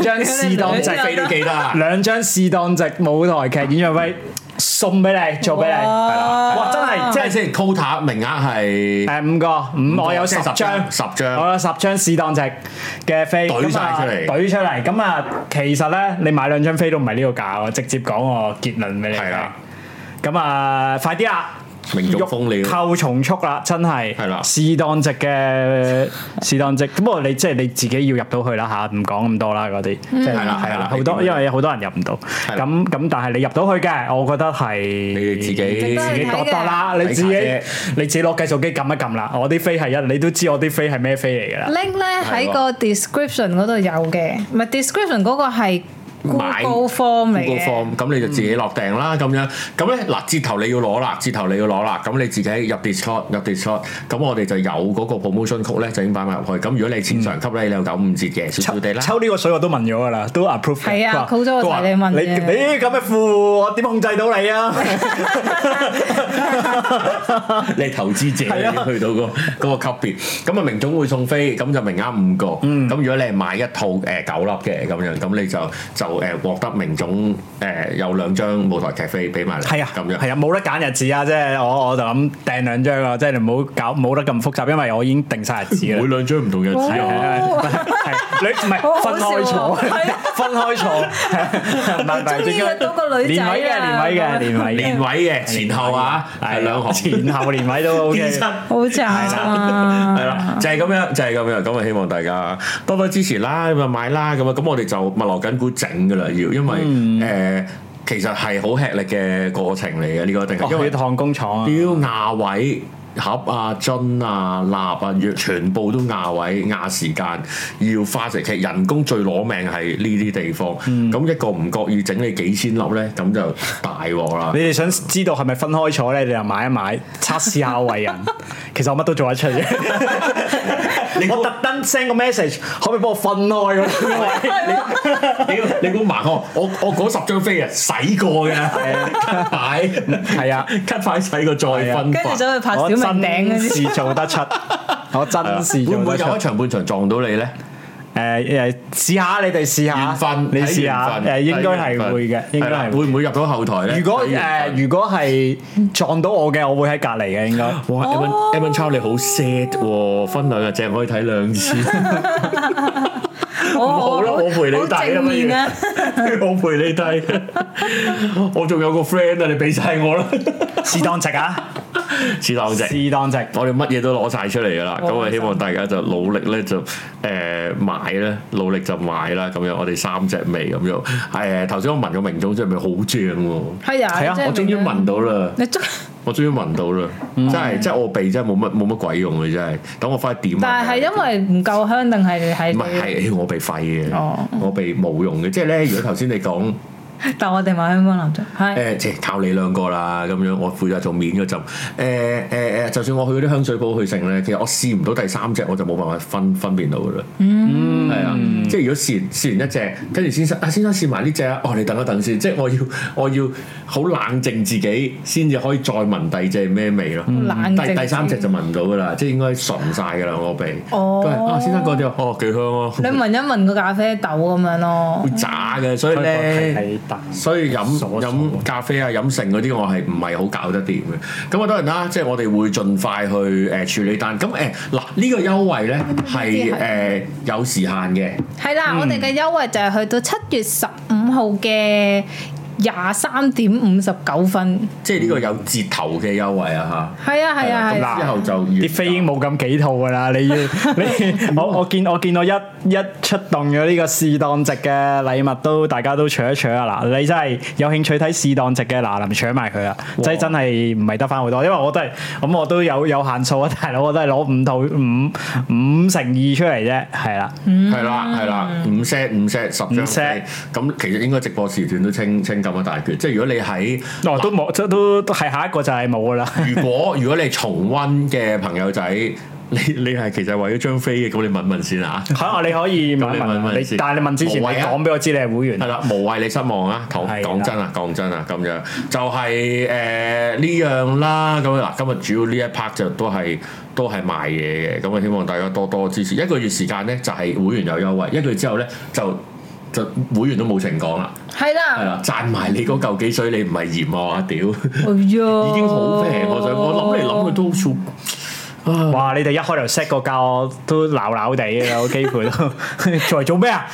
[SPEAKER 2] [laughs]
[SPEAKER 3] 張試當值
[SPEAKER 2] 兩張
[SPEAKER 1] 飛都記得啊，
[SPEAKER 3] [laughs] 兩張試當值舞台劇演唱會送俾你，做俾你，
[SPEAKER 2] 哇
[SPEAKER 3] 係啦，哇真係啊
[SPEAKER 1] 即
[SPEAKER 3] 即
[SPEAKER 1] 係
[SPEAKER 3] 係
[SPEAKER 1] 先 quota 名額係
[SPEAKER 3] 誒五個五，我有
[SPEAKER 1] 即
[SPEAKER 3] 十
[SPEAKER 1] 係十
[SPEAKER 3] 張
[SPEAKER 1] 張十張
[SPEAKER 3] 我有十張試當值嘅飛，
[SPEAKER 1] 懟晒
[SPEAKER 3] 咁啊
[SPEAKER 1] 出嚟
[SPEAKER 3] 懟出嚟，咁啊其實咧你買兩張飛都唔係呢個價，我直接講我結論俾你
[SPEAKER 1] 係啦
[SPEAKER 3] 聽，咁啊快啲啦！
[SPEAKER 1] 名中風了，
[SPEAKER 3] 扣重速啦，真係
[SPEAKER 1] 係啦
[SPEAKER 3] 試當值嘅試當值，咁不過你即係你自己要入到去啦吓，唔講咁多啦嗰啲，即係
[SPEAKER 1] 係啦係
[SPEAKER 3] 係
[SPEAKER 1] 啦
[SPEAKER 3] 啦，好多
[SPEAKER 1] 係點樣
[SPEAKER 3] 因為有好多人入唔到，
[SPEAKER 1] 啦
[SPEAKER 3] 咁咁但係你入到去嘅，我覺得係
[SPEAKER 1] 你
[SPEAKER 3] 你
[SPEAKER 1] 哋自己
[SPEAKER 3] 自己覺
[SPEAKER 2] 睇嘅
[SPEAKER 3] 得啦，你自己
[SPEAKER 1] 睇下啫
[SPEAKER 3] 你自己攞計數機撳一撳啦，我啲飛係一，你都知我啲飛係咩飛嚟㗎啦，
[SPEAKER 2] link 咧喺個 description 嗰度有嘅，唔係 description 嗰個係
[SPEAKER 1] 買
[SPEAKER 2] Google Form 嚟
[SPEAKER 1] Google
[SPEAKER 2] 嘅。
[SPEAKER 1] Form，咁你就自己落訂啦，咁
[SPEAKER 3] 嗯
[SPEAKER 1] 樣，咁咧嗱，折頭你要攞啦，折頭你要攞啦，咁你自己入 Discord 入 Discord，咁我哋就有嗰個 promotion code 咧，就已經擺埋入去，咁如果你正常級咧，你有九五折嘅，少少
[SPEAKER 3] 抽
[SPEAKER 1] 地啦。
[SPEAKER 3] 抽呢個水我都問咗㗎啦，都 approve 嘅
[SPEAKER 2] 係啊
[SPEAKER 3] 佢話
[SPEAKER 2] 扣咗我
[SPEAKER 3] 佢話
[SPEAKER 2] 就係你問
[SPEAKER 3] 你
[SPEAKER 2] 嘅
[SPEAKER 3] 你咁嘅負，我點控制到你啊？
[SPEAKER 1] [laughs] 你投資者
[SPEAKER 3] 係啊
[SPEAKER 1] 你去到個嗰個級別，咁啊明總會送飛，咁就名額五個。
[SPEAKER 3] 嗯
[SPEAKER 1] 咁如果你係買一套誒九粒嘅咁樣，咁你就就誒獲得明總誒有兩張舞台劇飛俾埋你。
[SPEAKER 3] 係啊，
[SPEAKER 1] 咁樣
[SPEAKER 3] 係啊，冇得揀日子啊！即係我我就咁訂兩張啊！即係你唔好搞，冇得咁複雜，因為我已經定晒日子
[SPEAKER 1] 每
[SPEAKER 3] 啦。
[SPEAKER 1] 兩張唔同日子
[SPEAKER 3] 係
[SPEAKER 1] 啊。
[SPEAKER 3] 係係你
[SPEAKER 2] [laughs]
[SPEAKER 3] 唔係
[SPEAKER 2] 啊
[SPEAKER 3] 分開坐， [laughs] 分開坐，唔係唔係，
[SPEAKER 2] 終於約到個女仔
[SPEAKER 3] 連
[SPEAKER 2] 啊
[SPEAKER 3] 位嘅，連位嘅，連位嘅，
[SPEAKER 1] 年位嘅前後啊，係
[SPEAKER 3] 係
[SPEAKER 1] 兩行
[SPEAKER 3] 前後連位都 OK
[SPEAKER 1] 天。生
[SPEAKER 2] 好慘
[SPEAKER 1] 係
[SPEAKER 2] 啊！
[SPEAKER 1] 啦，就係咁樣，就係咁樣。咁啊，希望大家多多支持啦，咁啊買啦，咁啊，咁我哋就密鑼緊鼓整噶啦，要，因為誒、
[SPEAKER 3] 嗯
[SPEAKER 1] 呃其實係好吃力嘅過程嚟嘅呢個一定係，因
[SPEAKER 3] 哦因為
[SPEAKER 1] 為
[SPEAKER 3] 燙工廠啊，
[SPEAKER 1] 屌壓位盒啊、樽啊、蠟啊，藥全部都壓位、壓時間，要花成。其實人工最攞命係呢啲地方。咁、
[SPEAKER 3] 嗯
[SPEAKER 1] 一個唔覺意整你幾千粒咧，咁就大鑊啦
[SPEAKER 3] [laughs] 你。哋想知道係咪分開坐咧？你就買一買，測試下為人。 [laughs] 其實我乜都做得出嘅。 [laughs] 我特登 send 個 message，可唔可以幫我分開咁樣位？
[SPEAKER 1] 屌你估盲我我我嗰十張飛啊，洗
[SPEAKER 3] [laughs]
[SPEAKER 1] 過嘅，係
[SPEAKER 3] 啊係啊
[SPEAKER 1] cut 塊洗過再分
[SPEAKER 2] 跟住
[SPEAKER 1] 法。
[SPEAKER 2] 走去拍小
[SPEAKER 3] [laughs] 我
[SPEAKER 2] 明頂嗰
[SPEAKER 3] 真
[SPEAKER 2] 啲，
[SPEAKER 3] 是做得 [laughs] 出，我真是
[SPEAKER 1] 啊會
[SPEAKER 3] 做
[SPEAKER 1] 唔會
[SPEAKER 3] 得出
[SPEAKER 1] 有。一場半場撞到你咧？
[SPEAKER 3] 誒誒，試下你哋試下，
[SPEAKER 1] 緣分，
[SPEAKER 3] 啊你試
[SPEAKER 1] 睇
[SPEAKER 3] 下
[SPEAKER 1] 緣分
[SPEAKER 3] 誒，應該係會嘅，應該
[SPEAKER 1] 係啦
[SPEAKER 3] 係會。
[SPEAKER 1] 會唔會入到後台咧？
[SPEAKER 3] 如果
[SPEAKER 1] 睇緣分
[SPEAKER 3] 誒，如果係撞到我嘅，我會喺隔離嘅，應該。
[SPEAKER 1] 哇！Evan
[SPEAKER 2] 哦
[SPEAKER 1] Evan Chow 你好 sad 喎，分兩日淨可以睇兩次，
[SPEAKER 2] [laughs] 好
[SPEAKER 1] 好啦，我陪你
[SPEAKER 2] 好
[SPEAKER 1] 睇啦
[SPEAKER 2] 正
[SPEAKER 1] 不
[SPEAKER 2] 面啊！ [laughs]
[SPEAKER 1] 如，我陪你睇，我仲有個 friend 啊，你俾晒我啦，
[SPEAKER 3] 試當值啊，
[SPEAKER 1] 似冷靜。
[SPEAKER 3] 試當值。
[SPEAKER 1] 我哋乜嘢都攞晒出嚟噶啦，
[SPEAKER 2] 好
[SPEAKER 1] 咁
[SPEAKER 2] 開
[SPEAKER 1] 啊
[SPEAKER 2] 心
[SPEAKER 1] 希望大家就努力咧就誒、呃、買咧，努力就買啦咁樣，我哋三隻味咁樣。誒頭先我聞個明總隻味好正喎，
[SPEAKER 2] 係啊，
[SPEAKER 3] 係啊
[SPEAKER 2] 真係
[SPEAKER 1] 我終於
[SPEAKER 2] 明啊
[SPEAKER 1] 聞到啦，
[SPEAKER 2] 你捉，
[SPEAKER 1] 我終於聞到啦，
[SPEAKER 2] 嗯
[SPEAKER 1] 真係真係我鼻真係冇乜冇乜鬼用嘅真係，等我翻去點下佢。啊
[SPEAKER 2] 但係因為唔夠香定係係
[SPEAKER 1] 哎唔係係我鼻廢嘅，
[SPEAKER 2] 哦嗯
[SPEAKER 1] 我鼻冇用嘅，即係咧如果頭先你講
[SPEAKER 2] [laughs] 但我哋買香港蠟燭，係
[SPEAKER 1] 誒，即係靠你兩個啦，咁樣我負責做面嗰陣，誒誒誒，就算我去嗰啲香水鋪去剩咧，其實我試唔到第三隻，我就冇辦法分分辨到噶啦。嗯，係啊，即係如果試完試完一隻，跟住先生啊，先生試埋呢只啊，哦，你等一等先，即係我要 [laughs] 我要好冷靜自己，先至可以再聞第二隻係咩味咯。
[SPEAKER 2] 冷
[SPEAKER 1] 第
[SPEAKER 2] 靜
[SPEAKER 1] 第三隻就聞唔到噶啦，即係應該純晒噶啦，我鼻。
[SPEAKER 2] 哦
[SPEAKER 1] 都係啊，先生嗰隻，哦，幾香啊，
[SPEAKER 2] 你聞一聞個咖啡豆咁樣咯
[SPEAKER 1] 會，渣嘅，所以咧。
[SPEAKER 3] 大
[SPEAKER 1] 所以飲
[SPEAKER 3] 傻傻
[SPEAKER 1] 飲咖啡啊、飲剩嗰啲，我係唔係好搞得掂嘅。咁啊，當然啦，即係我哋會盡快去誒、呃、處理單。咁誒嗱，呢、個優惠咧係誒有時限嘅，
[SPEAKER 2] 係啦，我哋嘅優惠就係去到七月十五號嘅廿三點五十九分，
[SPEAKER 1] 即係呢個有折頭嘅優惠啊
[SPEAKER 2] 係啊
[SPEAKER 1] 嚇。
[SPEAKER 2] 係啊
[SPEAKER 1] 咁
[SPEAKER 2] 係啊，
[SPEAKER 1] 之後就完
[SPEAKER 3] 啲飛已經冇咁幾套
[SPEAKER 1] [laughs]
[SPEAKER 3] 㗎啦，你要你 [laughs] 我我見我見到一一出動咗呢個試當值嘅禮物都大家都搶一搶啊！嗱，你真係有興趣睇試當值嘅嗱，臨搶埋佢啦，即係真係唔係得翻好多，因為我都係咁我都有有限數啊，大佬我都係攞五套五五成二出嚟啫，係啦，
[SPEAKER 1] 係啦係啦，五 set 五 set 十張
[SPEAKER 3] 五 set
[SPEAKER 1] 咁其實應該直播時段都清清咁一啊大橛。即係如果你喺
[SPEAKER 3] 哦都冇即都都係下一個就係冇
[SPEAKER 1] [laughs]
[SPEAKER 3] 㗎啦。
[SPEAKER 1] 如果如果你重温嘅朋友仔，你你係其實係為咗張飛嘅，咁你問問先啊。
[SPEAKER 3] 嚇！你可以問
[SPEAKER 1] 咁
[SPEAKER 3] 一
[SPEAKER 1] 你問
[SPEAKER 3] 問
[SPEAKER 1] 問
[SPEAKER 3] 你
[SPEAKER 1] 先，
[SPEAKER 3] 但係你問之前，你
[SPEAKER 1] 無謂啊
[SPEAKER 3] 講俾我知你係會員
[SPEAKER 1] 係。啦，無謂你失望啊！講
[SPEAKER 3] 係啦
[SPEAKER 1] 講真啊，講真啊，咁樣就係誒呃呢樣啦。咁嗱，今日主要呢一 part 就都係都係賣嘢嘅。咁啊，希望大家多多支持。一個月時間咧就係、會員有優惠，一個月之後咧就。就會員都冇情講啦，
[SPEAKER 2] 係
[SPEAKER 1] 係
[SPEAKER 2] 啦，
[SPEAKER 1] 啦，賺埋你嗰嚿幾水，你唔係鹽啊！屌，已
[SPEAKER 2] 哎呀，已
[SPEAKER 1] 經好平，我想我諗嚟諗去都好似
[SPEAKER 3] 哇！你哋一開頭 set 個價，我都鬧鬧地嘅啦，我基 [laughs] 本都做嚟做咩啊？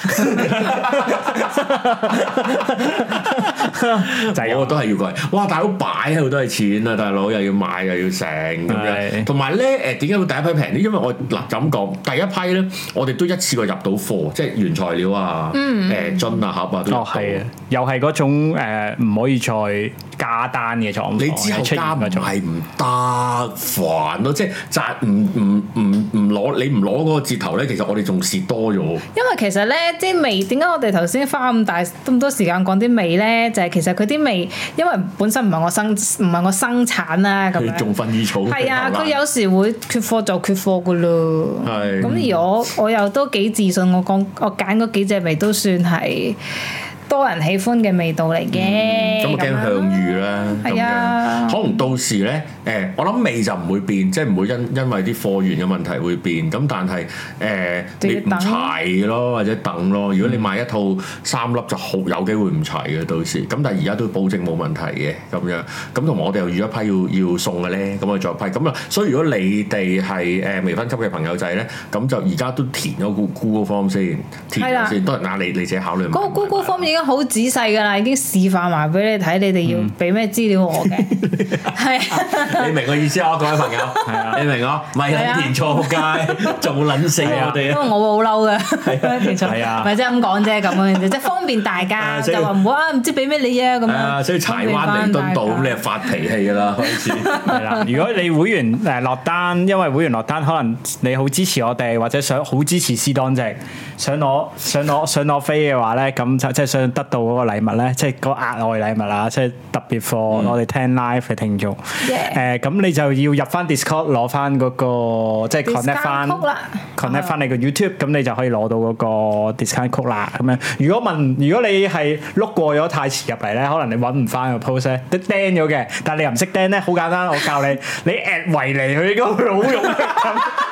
[SPEAKER 3] 就係
[SPEAKER 1] 我
[SPEAKER 3] 咁
[SPEAKER 1] 都係要貴。哇！大佬擺喺度都係錢啊，大佬又要買又要成咁樣。
[SPEAKER 3] 係
[SPEAKER 1] 同埋咧誒，點解會第一批平啲？因為我嗱咁講，第一批咧，我哋都一次過入到貨，即係原材料啊、
[SPEAKER 2] 嗯
[SPEAKER 1] 誒樽啊、盒啊都入到。
[SPEAKER 3] 哦，係啊，又係嗰種呃唔可以再加單嘅狀況，
[SPEAKER 1] 你之後
[SPEAKER 3] 哦啊出現
[SPEAKER 1] 加唔
[SPEAKER 3] 嗰種。
[SPEAKER 1] 係唔得煩咯，即係賺唔唔唔唔攞你唔攞嗰個折頭咧，其實我哋仲蝕多咗。
[SPEAKER 2] 因為其實咧，啲味點解我哋頭先花咁大咁多時間講啲味咧？就係、其實佢啲味，因為本身唔係我生唔係我生產啦咁
[SPEAKER 1] 佢仲
[SPEAKER 2] 樣。
[SPEAKER 1] 薰衣草，
[SPEAKER 2] 係啊，
[SPEAKER 1] 好
[SPEAKER 2] 佢
[SPEAKER 1] 難
[SPEAKER 2] 有時會缺貨就缺貨噶咯。
[SPEAKER 1] 係
[SPEAKER 2] 咁而我我又都幾自信，我講我揀嗰幾隻味都算係多人喜歡嘅味道嚟嘅。
[SPEAKER 1] 咁啊驚
[SPEAKER 2] 樣
[SPEAKER 1] 向遇啦，咁
[SPEAKER 2] 係啊
[SPEAKER 1] 樣可能到時咧，誒，我諗味就唔會變，即係唔會因因為啲貨源嘅問題會變。咁但係誒，
[SPEAKER 2] 就
[SPEAKER 1] 你
[SPEAKER 2] 要
[SPEAKER 1] 唔
[SPEAKER 2] 等
[SPEAKER 1] 齊咯，或者等咯。如果你買一套三粒就好有機會唔齊嘅到時。咁但係而家都保證冇問題嘅咁樣。咁同埋我哋又預一批要要送嘅咧，咁我再批。咁啦，所以如果你哋係誒未分級嘅朋友仔咧，咁就而家都填咗個 Google Form 先，填
[SPEAKER 2] 係啦
[SPEAKER 1] 咗先。當然啊啦，你你自己考慮買唔買啦。
[SPEAKER 2] 嗰個 Google Form 已經好仔細㗎啦，已經示範埋俾你睇，你哋
[SPEAKER 1] 嗯
[SPEAKER 2] 要俾咩資
[SPEAKER 1] [laughs]
[SPEAKER 2] 料我嘅，係啊
[SPEAKER 1] 你明我意思啊，各位朋友，你明我，咪
[SPEAKER 2] 係啊
[SPEAKER 1] 撚填錯街，仲撚死我
[SPEAKER 2] 因
[SPEAKER 1] 哋
[SPEAKER 2] 為
[SPEAKER 1] 啊！
[SPEAKER 2] 我會好嬲嘅，其實
[SPEAKER 3] 係啊
[SPEAKER 2] 咪即係咁講啫，咁樣啫，即係方便大家，
[SPEAKER 1] 啊所以
[SPEAKER 2] 就話唔好啊，唔知俾咩你啊咁
[SPEAKER 1] 係啊，
[SPEAKER 2] 樣。
[SPEAKER 1] 所以柴灣彌敦道咁，你就發脾氣㗎啦，開始。
[SPEAKER 3] 係啦，如果你會員誒落單，因為會員落單，可能你好支持我哋，或者想好支持試當值，想攞想攞想攞飛嘅話咧，咁就即係想得到嗰個禮物咧，即係個額外禮物啦，即係特別 for 我哋聽 live 嘅聽眾。
[SPEAKER 2] Yeah
[SPEAKER 3] 誒，咁你就要入翻 Discord 攞翻嗰個即係 connect 翻
[SPEAKER 2] Discount code 啦
[SPEAKER 3] connect 翻你個 YouTube，咁你就可以攞到嗰個 discount code 啦。咁樣，如果問，如果你係碌過咗太遲入嚟咧，可能你揾唔翻個 post 咧，都釘咗嘅。但係你又唔識釘咧，好簡單，我教你， [laughs] 你 at 維尼佢應該會好用嘅。 [laughs]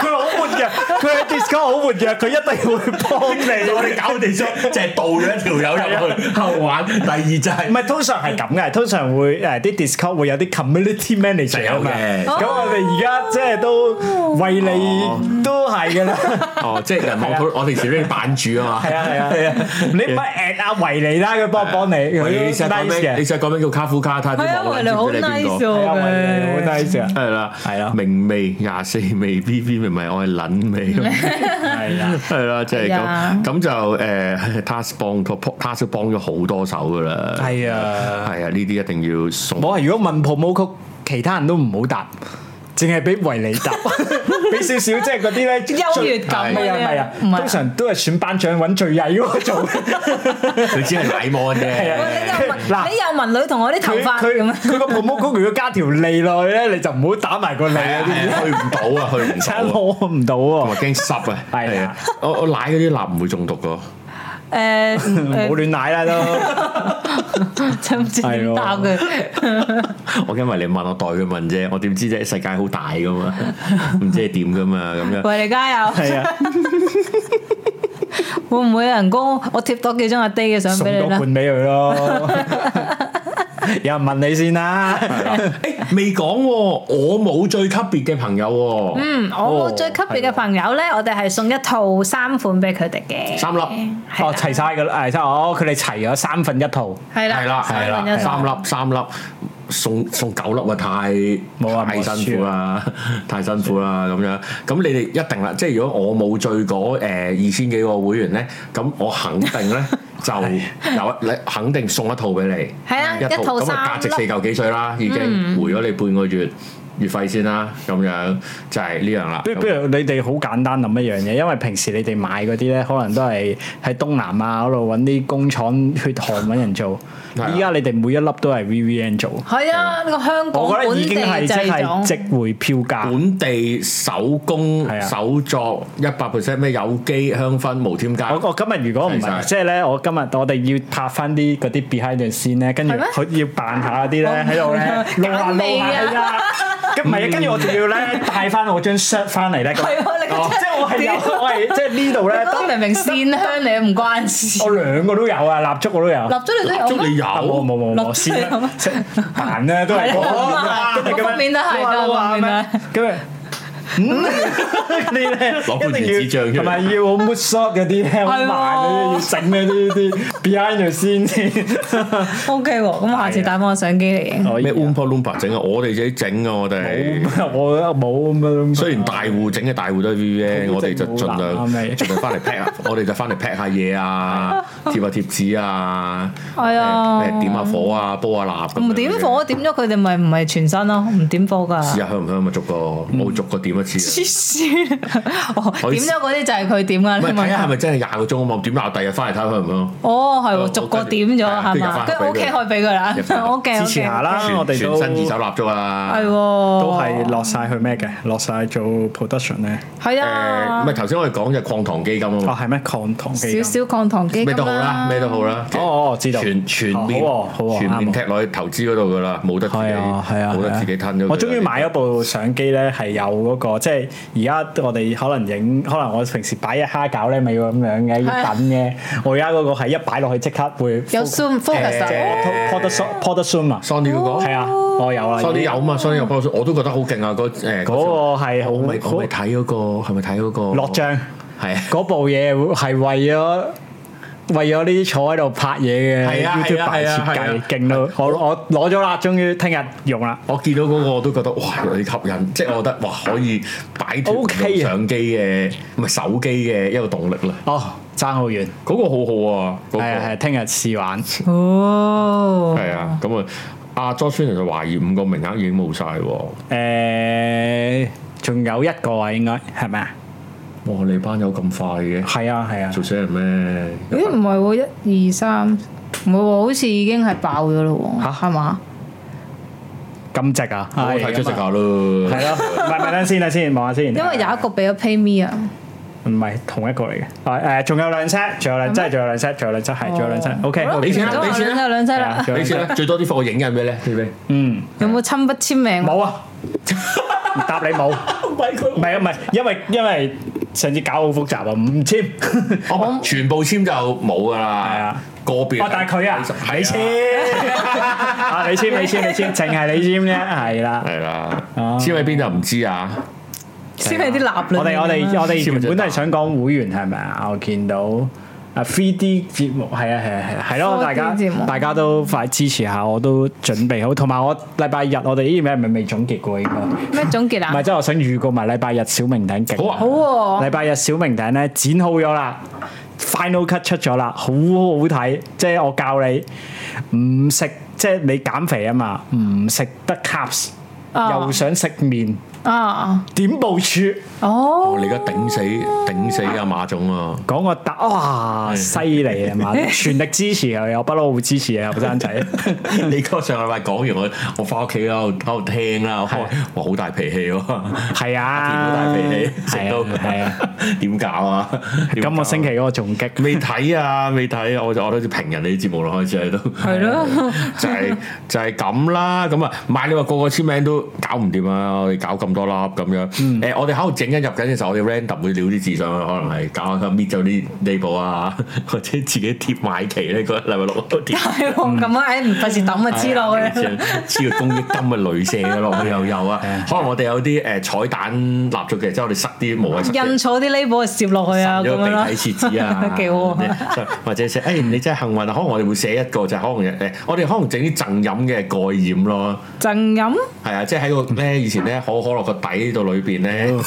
[SPEAKER 3] 佢好活躍，佢喺 Discord 好活躍，佢一定會幫你。
[SPEAKER 1] 我哋 [laughs] 搞地商就係導咗一條友入去後玩，第二就係
[SPEAKER 3] 唔係通常係咁嘅，通常會誒啲 Discord 會有啲 community manager 啊嘛。
[SPEAKER 1] 係有嘅
[SPEAKER 3] 咁我哋而家即係都為你都係嘅啦。
[SPEAKER 1] 哦，即係人網討，我哋時都要版主啊嘛。
[SPEAKER 3] 係啊係啊係啊！你唔係 at 阿維尼啦，佢幫幫你，
[SPEAKER 1] 喂你
[SPEAKER 3] 佢
[SPEAKER 1] 成日
[SPEAKER 3] nice
[SPEAKER 1] 講咩？你
[SPEAKER 3] 嘅，
[SPEAKER 1] 成日講咩叫卡夫卡？睇下
[SPEAKER 2] 係啊，
[SPEAKER 1] 啲
[SPEAKER 2] 喂
[SPEAKER 1] 網
[SPEAKER 2] 你好
[SPEAKER 1] 友知唔知你係邊
[SPEAKER 2] nice
[SPEAKER 1] 個？
[SPEAKER 3] 係啊維尼好
[SPEAKER 2] 喎，
[SPEAKER 3] nice 啊！
[SPEAKER 1] 係啦，
[SPEAKER 3] 係啊
[SPEAKER 1] 明味廿四味 B B 明咪我係撚味咁。
[SPEAKER 3] 係啦，
[SPEAKER 1] [laughs] 係啦，即係
[SPEAKER 2] 係啊
[SPEAKER 1] 咁咁就誒，task 幫咗 task 幫咗好多手噶啦。
[SPEAKER 3] 係啊
[SPEAKER 1] 係啊，呢啲一定要送。
[SPEAKER 3] 我係如果問 promo code，其他人都唔好答，淨係俾維尼達，俾少少即係嗰啲咧
[SPEAKER 2] 優越感
[SPEAKER 3] 唔係
[SPEAKER 2] 嗰啲
[SPEAKER 3] 啊
[SPEAKER 2] 啊
[SPEAKER 3] 唔係啊，
[SPEAKER 2] 唔係啊
[SPEAKER 3] 通常都係選班長揾最曳嗰個做。
[SPEAKER 1] 佢只係奶魔啫。
[SPEAKER 3] 係啊
[SPEAKER 2] 喂你又
[SPEAKER 3] 嗱
[SPEAKER 2] 紋你又紋女同我啲頭
[SPEAKER 3] 佢
[SPEAKER 2] 髮
[SPEAKER 3] 佢
[SPEAKER 2] 咁啊樣。
[SPEAKER 3] 佢個 promo code 如果加條脷落去咧，你就唔好打埋個脷
[SPEAKER 1] 係
[SPEAKER 3] 啊！
[SPEAKER 1] 啊 [laughs]
[SPEAKER 3] 啲
[SPEAKER 1] 係啊，去唔到啊，去唔
[SPEAKER 3] 真
[SPEAKER 1] 到啊。
[SPEAKER 3] 攞唔到
[SPEAKER 1] 同
[SPEAKER 3] 喎
[SPEAKER 1] 埋，驚濕啊！
[SPEAKER 3] 係
[SPEAKER 1] [laughs]
[SPEAKER 3] 啊
[SPEAKER 1] 係啊，我我奶嗰啲蠟唔會中毒噶。
[SPEAKER 2] 誒
[SPEAKER 3] 唔
[SPEAKER 2] [laughs]
[SPEAKER 3] 好亂奶啦都。
[SPEAKER 2] 誒，就唔知點答佢。
[SPEAKER 1] 我因為你問我代佢問啫，我點知啫？世界好大噶
[SPEAKER 3] [laughs]
[SPEAKER 1] 嘛，唔知係點噶嘛咁樣。
[SPEAKER 2] 喂，你加油！
[SPEAKER 3] 係啊，
[SPEAKER 2] 會唔會有人工？我貼多幾張阿 Day 嘅相
[SPEAKER 3] 送
[SPEAKER 2] 俾你
[SPEAKER 3] 多
[SPEAKER 2] 啦。
[SPEAKER 3] 罐俾佢咯。 [laughs] 有人問你先啦，
[SPEAKER 1] 誒未講喎，我冇最級別嘅朋友喎。
[SPEAKER 2] 嗯，我最級別嘅朋友咧，我哋係送一套三款俾佢哋嘅。
[SPEAKER 1] 三粒
[SPEAKER 2] 係
[SPEAKER 3] 哦
[SPEAKER 2] 啦
[SPEAKER 3] 齊晒噶啦，係哦，佢哋齊咗三分一套，
[SPEAKER 2] 係啦，
[SPEAKER 1] 係啦係啦，
[SPEAKER 2] 三分一套
[SPEAKER 1] 三粒三粒送送九粒啊！太
[SPEAKER 3] 冇啊
[SPEAKER 1] 太
[SPEAKER 3] 冇
[SPEAKER 1] 辛苦啦， [laughs] 太辛苦啦咁樣。咁你哋一定啦，即係如果我冇最嗰誒二千幾個會員咧，咁我肯定
[SPEAKER 2] [laughs]
[SPEAKER 1] 咧就有你肯定送一套俾你。
[SPEAKER 2] 係啊一套
[SPEAKER 1] 咁啊
[SPEAKER 2] 三
[SPEAKER 1] 價值四
[SPEAKER 2] 粒嗯
[SPEAKER 1] 嚿幾水啦，已經回咗你半個月月費先啦，咁樣就係呢樣啦。
[SPEAKER 3] 不不如你哋好簡單諗一樣嘢，因為平時你哋買嗰啲咧，可能都係喺東南亞嗰度揾啲工廠血汗揾人做。
[SPEAKER 1] 係啊
[SPEAKER 3] 依家你哋每一粒都係 VVN 做，
[SPEAKER 2] 係啊，呢個香港
[SPEAKER 3] 我覺
[SPEAKER 2] 本
[SPEAKER 3] 得已
[SPEAKER 2] 地
[SPEAKER 3] 經係即
[SPEAKER 2] 製
[SPEAKER 3] 係
[SPEAKER 2] 種。
[SPEAKER 3] 值回票價。
[SPEAKER 1] 本地手工
[SPEAKER 3] 係啊
[SPEAKER 1] 手作一百 percent 咩有機香薰無添加
[SPEAKER 3] 我，我今日如果
[SPEAKER 1] 啊
[SPEAKER 3] 唔
[SPEAKER 1] 係晒
[SPEAKER 3] 係，即係咧，我今日我哋要拍翻啲嗰啲 behind the scene 咧，跟住
[SPEAKER 2] 係咩
[SPEAKER 3] 佢要扮下嗰啲咧喺度咧
[SPEAKER 2] [laughs]
[SPEAKER 3] 露下
[SPEAKER 2] 揀
[SPEAKER 3] 露
[SPEAKER 2] 味
[SPEAKER 3] 下
[SPEAKER 2] 啊
[SPEAKER 3] 係啊，咁唔係啊，跟住我仲要咧帶翻我張 shirt 翻嚟咧，咁
[SPEAKER 2] 係喎你個
[SPEAKER 3] 哦即係我係有我係即係呢度咧，
[SPEAKER 2] 都明明線香你唔關事，
[SPEAKER 3] 我兩個都有啊，蠟燭我都有。
[SPEAKER 2] 立咗你都有
[SPEAKER 1] 祝你
[SPEAKER 2] 咩？
[SPEAKER 1] 有
[SPEAKER 3] 啊冇冇冇冇，
[SPEAKER 2] 蠟燭
[SPEAKER 3] 先
[SPEAKER 2] 有咩
[SPEAKER 3] 啦，即係扮咧都係
[SPEAKER 2] 係啊
[SPEAKER 3] 嗰個
[SPEAKER 2] 各方面都係
[SPEAKER 3] 哇
[SPEAKER 2] 各
[SPEAKER 3] 哇
[SPEAKER 2] 方面
[SPEAKER 3] 咩咁啊樣。嗯，你咧
[SPEAKER 1] 攞半
[SPEAKER 3] 啊一
[SPEAKER 1] 張紙張出嚟
[SPEAKER 3] 定要同埋要好 mood shot 嗰啲咧，好慢嗰啲要整嗰啲啲 behind 咗先先。
[SPEAKER 2] O K 喎，咁下次帶翻我相機嚟影。
[SPEAKER 1] 咩 Oompa Loompa 整嘅，啊我哋自己整嘅，我哋。
[SPEAKER 3] 冇我冇咁樣。
[SPEAKER 1] 雖然大戶整嘅大戶都係 VVN，
[SPEAKER 3] 好
[SPEAKER 1] 我哋就盡量
[SPEAKER 3] 正冇藍啊
[SPEAKER 1] 盡量翻嚟 pack 下，我哋就翻嚟 pack 下嘢啊，貼下貼紙啊，
[SPEAKER 2] 係啊
[SPEAKER 1] 誒誒點下火啊，煲下蠟咁樣。
[SPEAKER 2] 唔點火，點咗佢哋咪唔係全身咯，唔點火㗎。
[SPEAKER 1] 試下香唔香啊咪逐個冇逐個點一次
[SPEAKER 2] 黐
[SPEAKER 1] 啊。
[SPEAKER 2] 線！哦，
[SPEAKER 1] 可以
[SPEAKER 2] 點咗嗰啲就係佢點㗎
[SPEAKER 1] 唔係睇下係
[SPEAKER 2] 啦。
[SPEAKER 1] 咪真係廿個鐘啊嘛？點下第日翻嚟睇下香唔香。
[SPEAKER 2] 哦，係
[SPEAKER 1] 我
[SPEAKER 2] 喎，逐個點咗係嘛？
[SPEAKER 1] 跟住
[SPEAKER 2] 跟住
[SPEAKER 1] 入返
[SPEAKER 2] O K 可以俾佢啦
[SPEAKER 1] 入返
[SPEAKER 2] ，O K
[SPEAKER 3] 支
[SPEAKER 2] O
[SPEAKER 3] 持
[SPEAKER 2] K
[SPEAKER 3] 下啦
[SPEAKER 1] 全
[SPEAKER 3] 啊我哋
[SPEAKER 1] 全
[SPEAKER 3] 都
[SPEAKER 1] 身二手蠟燭啊！
[SPEAKER 2] 係喎，
[SPEAKER 3] 都
[SPEAKER 2] 都
[SPEAKER 3] 係落晒去咩嘅？落晒做 production 咧。
[SPEAKER 2] 係
[SPEAKER 1] 誒，
[SPEAKER 2] 啊
[SPEAKER 1] 唔係，頭先我哋講就礦糖基金啊
[SPEAKER 3] 哦，
[SPEAKER 1] 嘛，
[SPEAKER 3] 係咩抗糖基金
[SPEAKER 2] 少少抗糖基金
[SPEAKER 1] 咩都好啦，咩都好。啦。
[SPEAKER 3] 啊哦哦知道
[SPEAKER 1] 全全面
[SPEAKER 3] 哦好喎好喎
[SPEAKER 1] 全
[SPEAKER 3] 啱
[SPEAKER 1] 面
[SPEAKER 3] 喎
[SPEAKER 1] 踢落去投資嗰度噶啦，冇得自己
[SPEAKER 3] 係啊，係啊，
[SPEAKER 1] 冇得
[SPEAKER 3] 係啊
[SPEAKER 1] 自己吞咗佢啦。
[SPEAKER 3] 我終於買咗部相機咧，係有嗰個，即係而家我哋可能影，可能我平時擺一蝦餃咧，咪要咁樣嘅，
[SPEAKER 2] 係
[SPEAKER 3] 要等嘅。我而家嗰個係一擺落去即刻會
[SPEAKER 2] 有 zoom focus 啊
[SPEAKER 3] pod pod zoom 啊，
[SPEAKER 1] Sony 嗰個
[SPEAKER 3] 係啊，我有啦。
[SPEAKER 1] ，Sony 有啊嘛，Sony 有 Pro，我都覺得好勁啊！嗰誒
[SPEAKER 3] 嗰個係好
[SPEAKER 1] 我咪我咪
[SPEAKER 3] 好
[SPEAKER 1] 睇嗰個係咪睇嗰個
[SPEAKER 3] 落帳
[SPEAKER 1] 係啊。
[SPEAKER 3] 嗰部嘢係為咗。為咗呢啲坐喺度拍嘢嘅
[SPEAKER 1] 係啊
[SPEAKER 3] YouTube
[SPEAKER 1] 係啊
[SPEAKER 3] 設
[SPEAKER 1] 係啊係
[SPEAKER 3] 計
[SPEAKER 1] 啊，
[SPEAKER 3] 勁到我我攞咗啦，終於聽日用啦。
[SPEAKER 1] 我見到嗰個我都覺得哇，有啲吸引，即係我覺得哇，可以擺脫唔
[SPEAKER 3] OK
[SPEAKER 1] 到
[SPEAKER 3] 啊
[SPEAKER 1] 相機嘅唔係手機嘅一個動力啦。
[SPEAKER 3] 哦，爭好遠，
[SPEAKER 1] 嗰個好好啊，嗰個
[SPEAKER 3] 係啊係啊，聽日試玩。
[SPEAKER 2] 哦，
[SPEAKER 1] 係啊，咁啊，阿 j o s h 就懷疑五個名額已經冇晒喎。哇！
[SPEAKER 3] Ờ, 誒，仲有一個啊，應該係咪啊？
[SPEAKER 1] 你班友咁快嘅，
[SPEAKER 3] 係啊，係啊，
[SPEAKER 1] 做死人咩？啊
[SPEAKER 2] 咦，唔係喎，一二三，唔係喎，好似已經係爆咗咯喎，
[SPEAKER 3] 嚇
[SPEAKER 2] 係嘛？
[SPEAKER 3] 咁值啊！
[SPEAKER 1] 我睇出食
[SPEAKER 3] à?
[SPEAKER 1] 下咯。
[SPEAKER 3] 係啊咯，唔係唔係等先，等先，望下先。
[SPEAKER 2] 因為有一個俾咗 PayMe 啊，
[SPEAKER 3] 唔係同一個嚟嘅，誒誒，仲有兩 set，仲有兩，真係仲有兩 set，仲有兩 set，係仲有兩 set，OK，
[SPEAKER 2] 好啦
[SPEAKER 1] 你先啦
[SPEAKER 2] 都話
[SPEAKER 1] 你先啦
[SPEAKER 2] 兩兩劑
[SPEAKER 3] À,
[SPEAKER 2] 啦，
[SPEAKER 3] 啊
[SPEAKER 1] 你先啦，最多啲貨我影印俾你，對唔對？
[SPEAKER 3] 嗯，
[SPEAKER 2] 有冇親筆簽名？
[SPEAKER 3] 冇啊，答你冇，唔係啊，唔係，因為因為上次搞好複雜啊，五千，
[SPEAKER 1] 我全部簽就冇㗎啦。
[SPEAKER 3] 係啊，
[SPEAKER 1] 個別。
[SPEAKER 3] 哦，但係佢啊，
[SPEAKER 1] 係
[SPEAKER 3] 你簽，啊，你簽，你簽，你簽，淨係你簽啫，係啦。
[SPEAKER 1] 係啦，
[SPEAKER 3] 哦
[SPEAKER 1] 簽喺邊就唔知啊。
[SPEAKER 2] 簽喺啲立裏
[SPEAKER 3] 我哋我
[SPEAKER 2] 啊
[SPEAKER 3] 哋我哋
[SPEAKER 1] 燒
[SPEAKER 3] 原
[SPEAKER 1] 咗
[SPEAKER 3] 本都係
[SPEAKER 1] 蛋
[SPEAKER 3] 想講會員係咪啊？我見到啊 3D 節目係啊係啊係啊係咯，
[SPEAKER 2] 4D
[SPEAKER 3] 大家
[SPEAKER 2] 節目
[SPEAKER 3] 大家都快支持下，我都準備好。同埋我禮拜日我哋呢啲咩咪未總結過應該，
[SPEAKER 2] 咩總結
[SPEAKER 3] 唔係
[SPEAKER 2] 啊？
[SPEAKER 3] 即係我想預告埋禮拜日小明頂勁。
[SPEAKER 1] 好啊
[SPEAKER 2] 好喎，
[SPEAKER 3] 禮拜日小明頂咧剪好咗啦，Final Cut 出咗啦，好好睇。即係我教你唔食，即係你減肥啊嘛，唔食得 carbs，
[SPEAKER 2] 啊
[SPEAKER 3] 又想食麵，
[SPEAKER 2] 啊，
[SPEAKER 3] 點部署？
[SPEAKER 2] 哦
[SPEAKER 1] 哦，，你而家頂死頂死阿馬總啊！
[SPEAKER 3] [laughs] 講個答哇，犀利啊嘛！
[SPEAKER 1] [laughs]
[SPEAKER 3] 全力支持佢，我不嬲會支持啊嘅後生仔。
[SPEAKER 1] 你嗰個上個禮拜講完我，我翻屋企啦，喺度聽啦，我開哇好大脾氣喎， [laughs] 好
[SPEAKER 3] 係啊，
[SPEAKER 1] 大脾氣，食到 [laughs]
[SPEAKER 3] 係啊。
[SPEAKER 1] 點搞啊？點搞啊
[SPEAKER 3] 今個星期嗰個重擊，
[SPEAKER 1] 未睇啊，未睇啊，我就我都好似評人哋啲節目咯，開始喺度。
[SPEAKER 2] 係咯，
[SPEAKER 1] [laughs] 就係就係咁啦，咁啊買你話個個簽名都搞唔掂啊！我哋搞咁多粒咁樣，誒、
[SPEAKER 2] 嗯
[SPEAKER 1] 我哋喺度整緊入緊嘅時候，我哋 random 會撩啲字上去，可能係搞下搣咗啲 label 啊， [laughs] 或者自己貼買旗咧，嗰禮拜六都貼。
[SPEAKER 2] 係喎，咁啊，唉唔費事抌啊，黐落去啦，
[SPEAKER 1] 黐個公益金嘅雷射嘅落去又有
[SPEAKER 2] [laughs]
[SPEAKER 1] 啊，可能我哋有啲誒彩蛋蠟燭嘅，即係我哋塞啲無謂塞
[SPEAKER 2] 印錯啲 label 就攝落去啊，咁
[SPEAKER 1] 有個
[SPEAKER 2] 樣
[SPEAKER 1] 鼻
[SPEAKER 2] 啦，，
[SPEAKER 1] 睇廁紙啊
[SPEAKER 2] [laughs] 幾好啊，
[SPEAKER 1] [laughs] 或者寫誒、你真係幸運啊！可能我哋會寫一個就係可能誒，我哋可能整啲贈飲嘅蓋掩咯。
[SPEAKER 2] 贈飲
[SPEAKER 1] 係啊，即係
[SPEAKER 2] 嗯
[SPEAKER 1] 喺個咧以前咧可口可樂個底度裏邊咧，
[SPEAKER 2] 哦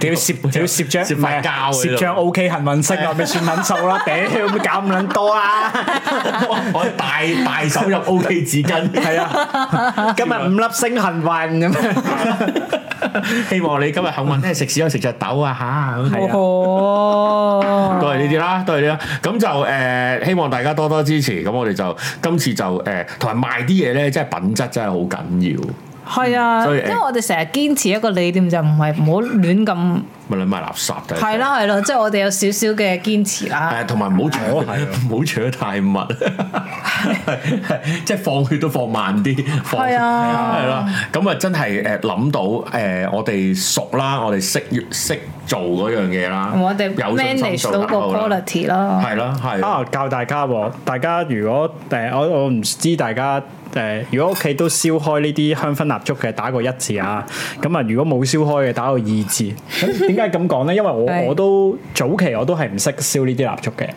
[SPEAKER 3] 屌
[SPEAKER 1] [laughs]
[SPEAKER 3] 攝屌攝張
[SPEAKER 1] 啊
[SPEAKER 3] 啊
[SPEAKER 1] 攝塊膠喺度
[SPEAKER 3] 攝張 O K 幸運色啊，咪算撚數啦！
[SPEAKER 1] [laughs]
[SPEAKER 3] 屌咪搞咁撚多啦！
[SPEAKER 1] [laughs] 我大大手
[SPEAKER 2] [laughs]
[SPEAKER 1] 入 O K 紙巾，
[SPEAKER 3] 係啊，今日五粒星幸運咁樣，
[SPEAKER 1] [laughs] 希望你今日幸運咧食屎可以食隻豆啊嚇！咁
[SPEAKER 2] 哦，
[SPEAKER 1] 都係呢啲啦，都係呢啲啦。咁就誒、呃希望大家多多支持。咁我哋就今次就誒，同埋賣啲嘢咧，即係品質真係好緊要。
[SPEAKER 2] 係啊，因
[SPEAKER 1] 所以誒
[SPEAKER 2] 為我哋成日堅持一個理念就唔係唔好亂咁，
[SPEAKER 1] 咪你賣垃圾就
[SPEAKER 2] 係。啦係啦，即係我哋有少少嘅堅持啦，
[SPEAKER 1] 誒，同埋唔好扯，
[SPEAKER 3] 係啊
[SPEAKER 1] [laughs] 唔好扯太密， [laughs] 即係放血都放慢啲，放
[SPEAKER 2] 係啊
[SPEAKER 1] 係啦。咁啊，真係誒諗到誒，我哋熟啦，我哋識識做嗰樣嘢啦，
[SPEAKER 2] 我哋
[SPEAKER 1] 有信心
[SPEAKER 2] manage
[SPEAKER 1] 做
[SPEAKER 2] 到
[SPEAKER 1] 得
[SPEAKER 2] 個
[SPEAKER 1] 好啦
[SPEAKER 2] quality 咯。
[SPEAKER 1] 係啦，係啦。
[SPEAKER 3] 啊教大家喎，大家如果誒我我唔知大家誒，如果屋企都燒開呢啲香薰蠟燭嘅，打個一字啊。咁啊，如果冇燒開嘅，打個二字。咁點解咁講咧？因為
[SPEAKER 2] 係
[SPEAKER 3] 我我都早期我都係唔識燒呢啲蠟燭嘅。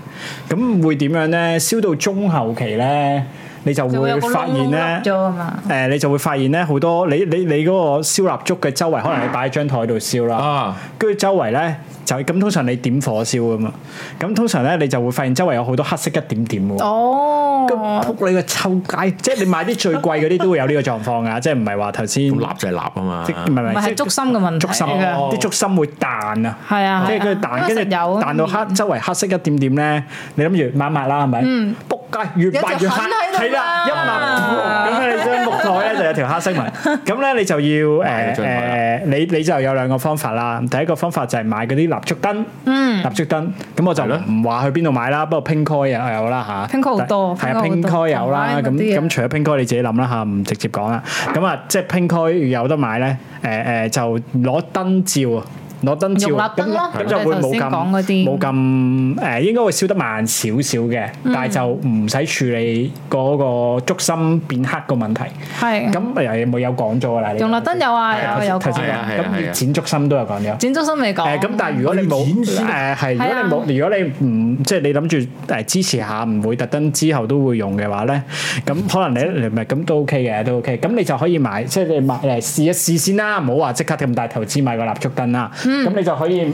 [SPEAKER 3] 咁會點樣咧？燒到中後期咧，你就
[SPEAKER 2] 就會有
[SPEAKER 3] 會
[SPEAKER 2] 個
[SPEAKER 3] 發
[SPEAKER 2] 窿
[SPEAKER 3] 現
[SPEAKER 2] 窿
[SPEAKER 3] 咧
[SPEAKER 2] 凹。咗啊嘛，
[SPEAKER 3] 誒、你就會發現咧好多你你你嗰個燒蠟燭嘅周圍，可能你擺喺張台度燒啦，
[SPEAKER 1] 啊，
[SPEAKER 3] 跟住、周圍咧就係咁通常你點火燒噶嘛，咁通常咧你就會發現周圍有好多黑色一點點喎。咁
[SPEAKER 2] 哦，
[SPEAKER 3] 撲你個臭街！即係你買啲最貴嗰啲都會有呢個狀況㗎，即係唔係話頭先
[SPEAKER 1] 咁立就係立啊嘛
[SPEAKER 3] 即。係唔係
[SPEAKER 2] 唔
[SPEAKER 3] 唔
[SPEAKER 2] 係
[SPEAKER 3] 係
[SPEAKER 2] 係竹心嘅問題
[SPEAKER 3] 竹心
[SPEAKER 2] 嚟㗎
[SPEAKER 3] 啲竹心會彈啊！
[SPEAKER 2] 係啊，
[SPEAKER 3] 即係
[SPEAKER 2] 係
[SPEAKER 3] 佢
[SPEAKER 2] 啊
[SPEAKER 3] 彈，跟住
[SPEAKER 2] 實有啊
[SPEAKER 3] 彈到黑，周圍黑色一點點咧，你諗住抹一抹啦，係咪？嗯，仆街，越抹越
[SPEAKER 2] 有
[SPEAKER 3] 黑，
[SPEAKER 2] 條痕喺度
[SPEAKER 3] 係啦，一
[SPEAKER 2] 啊
[SPEAKER 3] 抹，咁咧你張木台咧就有條黑色
[SPEAKER 2] [laughs]
[SPEAKER 3] 紋，咁咧你就要
[SPEAKER 1] 買
[SPEAKER 3] 誒
[SPEAKER 1] 嗰張台
[SPEAKER 3] 誒，你你就有兩個方法啦。第一個方法就係買嗰啲蠟燭燈，嗯，蠟燭燈，咁我就
[SPEAKER 1] 係咯
[SPEAKER 3] 唔話去邊度買啦，不過 Pinkoi 又有啦嚇
[SPEAKER 2] Pinkoi 好多
[SPEAKER 3] 係啊
[SPEAKER 2] Pinkoi 好多
[SPEAKER 3] Pinkoi 有啦，
[SPEAKER 2] online
[SPEAKER 3] 咁
[SPEAKER 2] 嗰啲啊
[SPEAKER 3] 咁除咗 Pinkoi 你自己諗啦嚇，唔直接講啦。咁啊，即係 Pinkoi 有得買咧，誒誒就攞燈照啊。攞燈照，
[SPEAKER 2] 用蠟燈
[SPEAKER 3] 咁
[SPEAKER 2] 咯
[SPEAKER 3] 咁就會
[SPEAKER 2] 我哋頭
[SPEAKER 3] 冇
[SPEAKER 2] 先
[SPEAKER 3] 咁
[SPEAKER 2] 講嗰啲
[SPEAKER 3] 冇咁誒，應該會燒得慢少少嘅，但係就唔使處理嗰個竹心變黑個問題。
[SPEAKER 2] 係
[SPEAKER 3] 咁誒有冇有講咗㗎啦？呢個
[SPEAKER 2] 用立燈有啊，有有
[SPEAKER 3] 頭先
[SPEAKER 1] 係啊係
[SPEAKER 2] 講，
[SPEAKER 1] 啊
[SPEAKER 3] 咁
[SPEAKER 1] 係啊
[SPEAKER 3] 要剪竹心都有講咗。
[SPEAKER 2] 剪啊刀心未
[SPEAKER 3] 誒
[SPEAKER 2] 講，
[SPEAKER 3] 咁，但係如果你冇誒係，如果你冇，如果你唔即係你諗住誒支持下，唔會特登之後都會用嘅話咧，咁可能你你咪咁都 OK 嘅，都 OK。咁你就可以買，即係你買誒試一試先啦，唔好話即刻咁大投資買個蠟燭燈啦。咁你就可以誒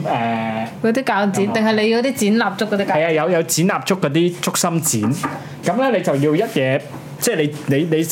[SPEAKER 2] 嗰啲鉸剪定係你嗰啲剪蠟燭嗰啲
[SPEAKER 3] 係
[SPEAKER 2] 鉸
[SPEAKER 3] 啊，有有剪蠟燭嗰啲竹心剪，咁咧你就要一嘢，即係你你你，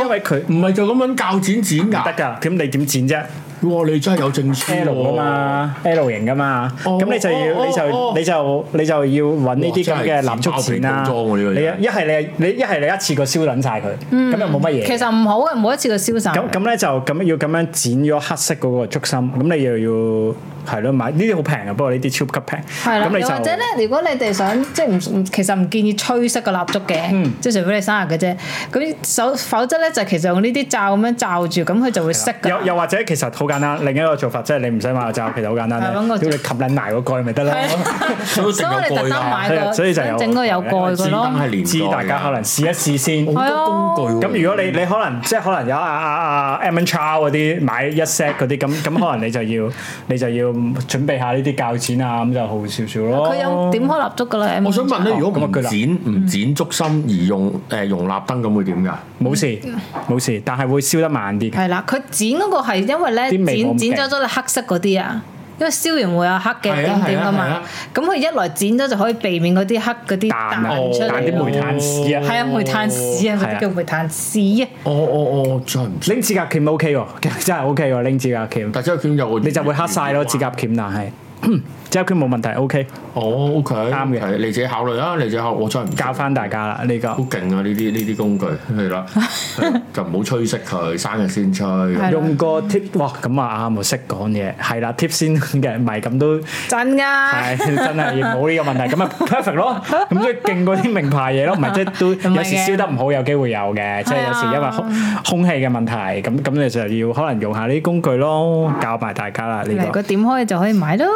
[SPEAKER 3] 因為佢唔
[SPEAKER 1] 唔係就咁樣鉸剪剪㗎
[SPEAKER 3] 得。㗎，咁你點剪啫？
[SPEAKER 1] 哇！你真係有證書
[SPEAKER 3] L
[SPEAKER 1] 喎
[SPEAKER 3] 噶。嘛，L 型噶嘛，
[SPEAKER 1] 哦
[SPEAKER 3] 咁你就
[SPEAKER 1] 哦
[SPEAKER 3] 要你
[SPEAKER 1] 哦
[SPEAKER 3] 就你就你就要揾呢啲咁嘅蠟
[SPEAKER 1] 哇真係
[SPEAKER 3] 燭錢啦。
[SPEAKER 1] 紙包皮套裝喎呢個
[SPEAKER 3] 你
[SPEAKER 1] 嘢
[SPEAKER 3] 一係你你一係你一次過燒撚晒佢，咁又冇乜
[SPEAKER 2] 嗯其
[SPEAKER 3] 嘢。
[SPEAKER 2] 實唔好嘅，唔好一次過燒散。
[SPEAKER 3] 咁咁咧就咁要咁樣剪咗黑色嗰個竹心，咁你又要係咯買呢啲好平嘅，不過呢啲超級平。
[SPEAKER 2] 係啦，
[SPEAKER 3] 咁你
[SPEAKER 2] 又
[SPEAKER 3] 就
[SPEAKER 2] 或者咧，如果你哋想即係唔唔其實唔建議吹熄個蠟燭嘅，
[SPEAKER 3] 嗯
[SPEAKER 2] 即係除非你生日嘅啫。咁首否則咧就其實用呢啲罩咁樣罩住，咁佢就會熄㗎。
[SPEAKER 3] 又又或者其實好簡單，另一個做法即係你唔使買個罩，其實好簡單
[SPEAKER 2] 係揾個
[SPEAKER 3] 啫，叫你冚撚埋個蓋咪得啦。
[SPEAKER 1] 哦
[SPEAKER 2] 係啊所以我哋特登買
[SPEAKER 3] 係
[SPEAKER 2] 個，
[SPEAKER 3] 啊所以就有
[SPEAKER 2] 整個有蓋嘅
[SPEAKER 1] 紙
[SPEAKER 2] 咯
[SPEAKER 1] 燈。係連
[SPEAKER 3] 知大家可能試一試先。
[SPEAKER 1] 好多工
[SPEAKER 2] 啊
[SPEAKER 1] 具喎。
[SPEAKER 3] 咁如果你你可能即係可能有啊啊啊 M and Chow 嗰啲買一 set 嗰啲咁咁，可能你就要你就要準備下呢啲鉸剪啊，咁就好少少咯。
[SPEAKER 2] 佢有點開蠟燭㗎啦。
[SPEAKER 1] 我想問咧，
[SPEAKER 3] 哦
[SPEAKER 1] 如果
[SPEAKER 3] 咁啊
[SPEAKER 1] 唔
[SPEAKER 3] 佢啦
[SPEAKER 1] 剪唔剪竹心而用誒容納燈咁會點㗎？
[SPEAKER 3] 冇事
[SPEAKER 2] 嗯
[SPEAKER 3] 冇事，但係會燒得慢啲嘅。啊
[SPEAKER 2] 係啦，佢剪嗰個係因為咧
[SPEAKER 3] 啲味
[SPEAKER 2] 剪
[SPEAKER 3] 冇咁
[SPEAKER 2] 剪
[SPEAKER 3] 勁
[SPEAKER 2] 走咗你黑色嗰啲啊，因為燒完會有黑嘅
[SPEAKER 1] 係啊
[SPEAKER 2] 點點噶
[SPEAKER 1] 係
[SPEAKER 2] 嘛
[SPEAKER 1] 啊。
[SPEAKER 2] 咁佢一來剪咗就可以避免嗰啲黑嗰啲
[SPEAKER 3] 彈啊
[SPEAKER 2] 彈出
[SPEAKER 3] 彈
[SPEAKER 2] 嚟
[SPEAKER 3] 啲
[SPEAKER 2] 咯
[SPEAKER 3] 煤。炭屎啊
[SPEAKER 2] 係啊，煤炭屎啊，嗰
[SPEAKER 3] 係啊
[SPEAKER 2] 啲叫煤炭屎啊。
[SPEAKER 1] 哦哦哦，真係唔知。
[SPEAKER 3] 拎指甲鉗 OK 喎， [laughs] 真係 OK 喎，拎指甲鉗，
[SPEAKER 1] 但真係見有個啊
[SPEAKER 3] 你就會黑晒
[SPEAKER 2] 啊
[SPEAKER 3] 咯，指甲鉗但係 [coughs] 指甲鉗冇問題 OK，
[SPEAKER 1] 哦，OK，
[SPEAKER 3] 啱嘅
[SPEAKER 1] 係你自己考慮啦，你自己考慮，我真係唔知
[SPEAKER 3] 教翻大家啦呢個
[SPEAKER 1] 好。勁啊！呢啲呢啲工具係
[SPEAKER 3] [laughs]
[SPEAKER 1] 啦，係就唔好吹熄佢，生日先吹。
[SPEAKER 2] 係啦
[SPEAKER 3] 用個 tip，哇咁啊啱啊，識講嘢，係啦 tip 先嘅，唔係咁都
[SPEAKER 2] 真
[SPEAKER 3] [laughs]
[SPEAKER 2] 㗎，
[SPEAKER 3] 係真係冇呢個問題，
[SPEAKER 2] [laughs]
[SPEAKER 3] 咁啊 perfect 咯，咁所以勁過啲名牌嘢咯，唔係即係都
[SPEAKER 2] [laughs] 嘅啊
[SPEAKER 3] 有時燒得唔好有機會有嘅，即係有時因為空空氣嘅問題，咁咁你就要可能用下呢啲工具咯，教埋大家啦呢
[SPEAKER 2] 嚟
[SPEAKER 3] 個
[SPEAKER 2] 個點開就可以買咯。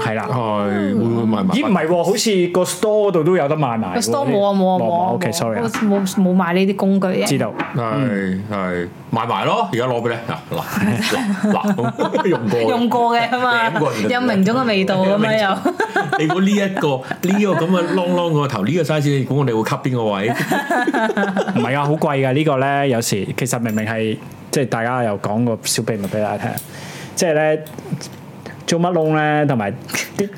[SPEAKER 3] 係啦。
[SPEAKER 1] 係會唔會賣埋？
[SPEAKER 3] 咦唔係喎，好似個 store 度都有得賣埋喎。
[SPEAKER 2] 個 store 冇啊冇啊冇啊
[SPEAKER 3] OK sorry
[SPEAKER 2] 我
[SPEAKER 3] 啊，
[SPEAKER 2] 冇冇買呢啲工具嘅
[SPEAKER 3] 知。道。嗯
[SPEAKER 1] 係係賣埋咯，而家攞俾你嗱嗱嗱
[SPEAKER 3] [laughs]
[SPEAKER 1] 嗱，用過
[SPEAKER 2] [laughs] 用過嘅啊
[SPEAKER 1] 舐過
[SPEAKER 2] 嘛，
[SPEAKER 1] 原來
[SPEAKER 2] 有明種嘅味道咁
[SPEAKER 1] [laughs]
[SPEAKER 2] 樣又。
[SPEAKER 1] 你估呢一個呢個咁嘅啷啷個頭呢個 size，你估我哋會吸邊個
[SPEAKER 2] [laughs]
[SPEAKER 1] 位？
[SPEAKER 3] 唔係啊，好貴噶呢個咧，有時其實明明係即係大家又講個小秘密俾大家聽，即係咧做乜窿咧，同埋啲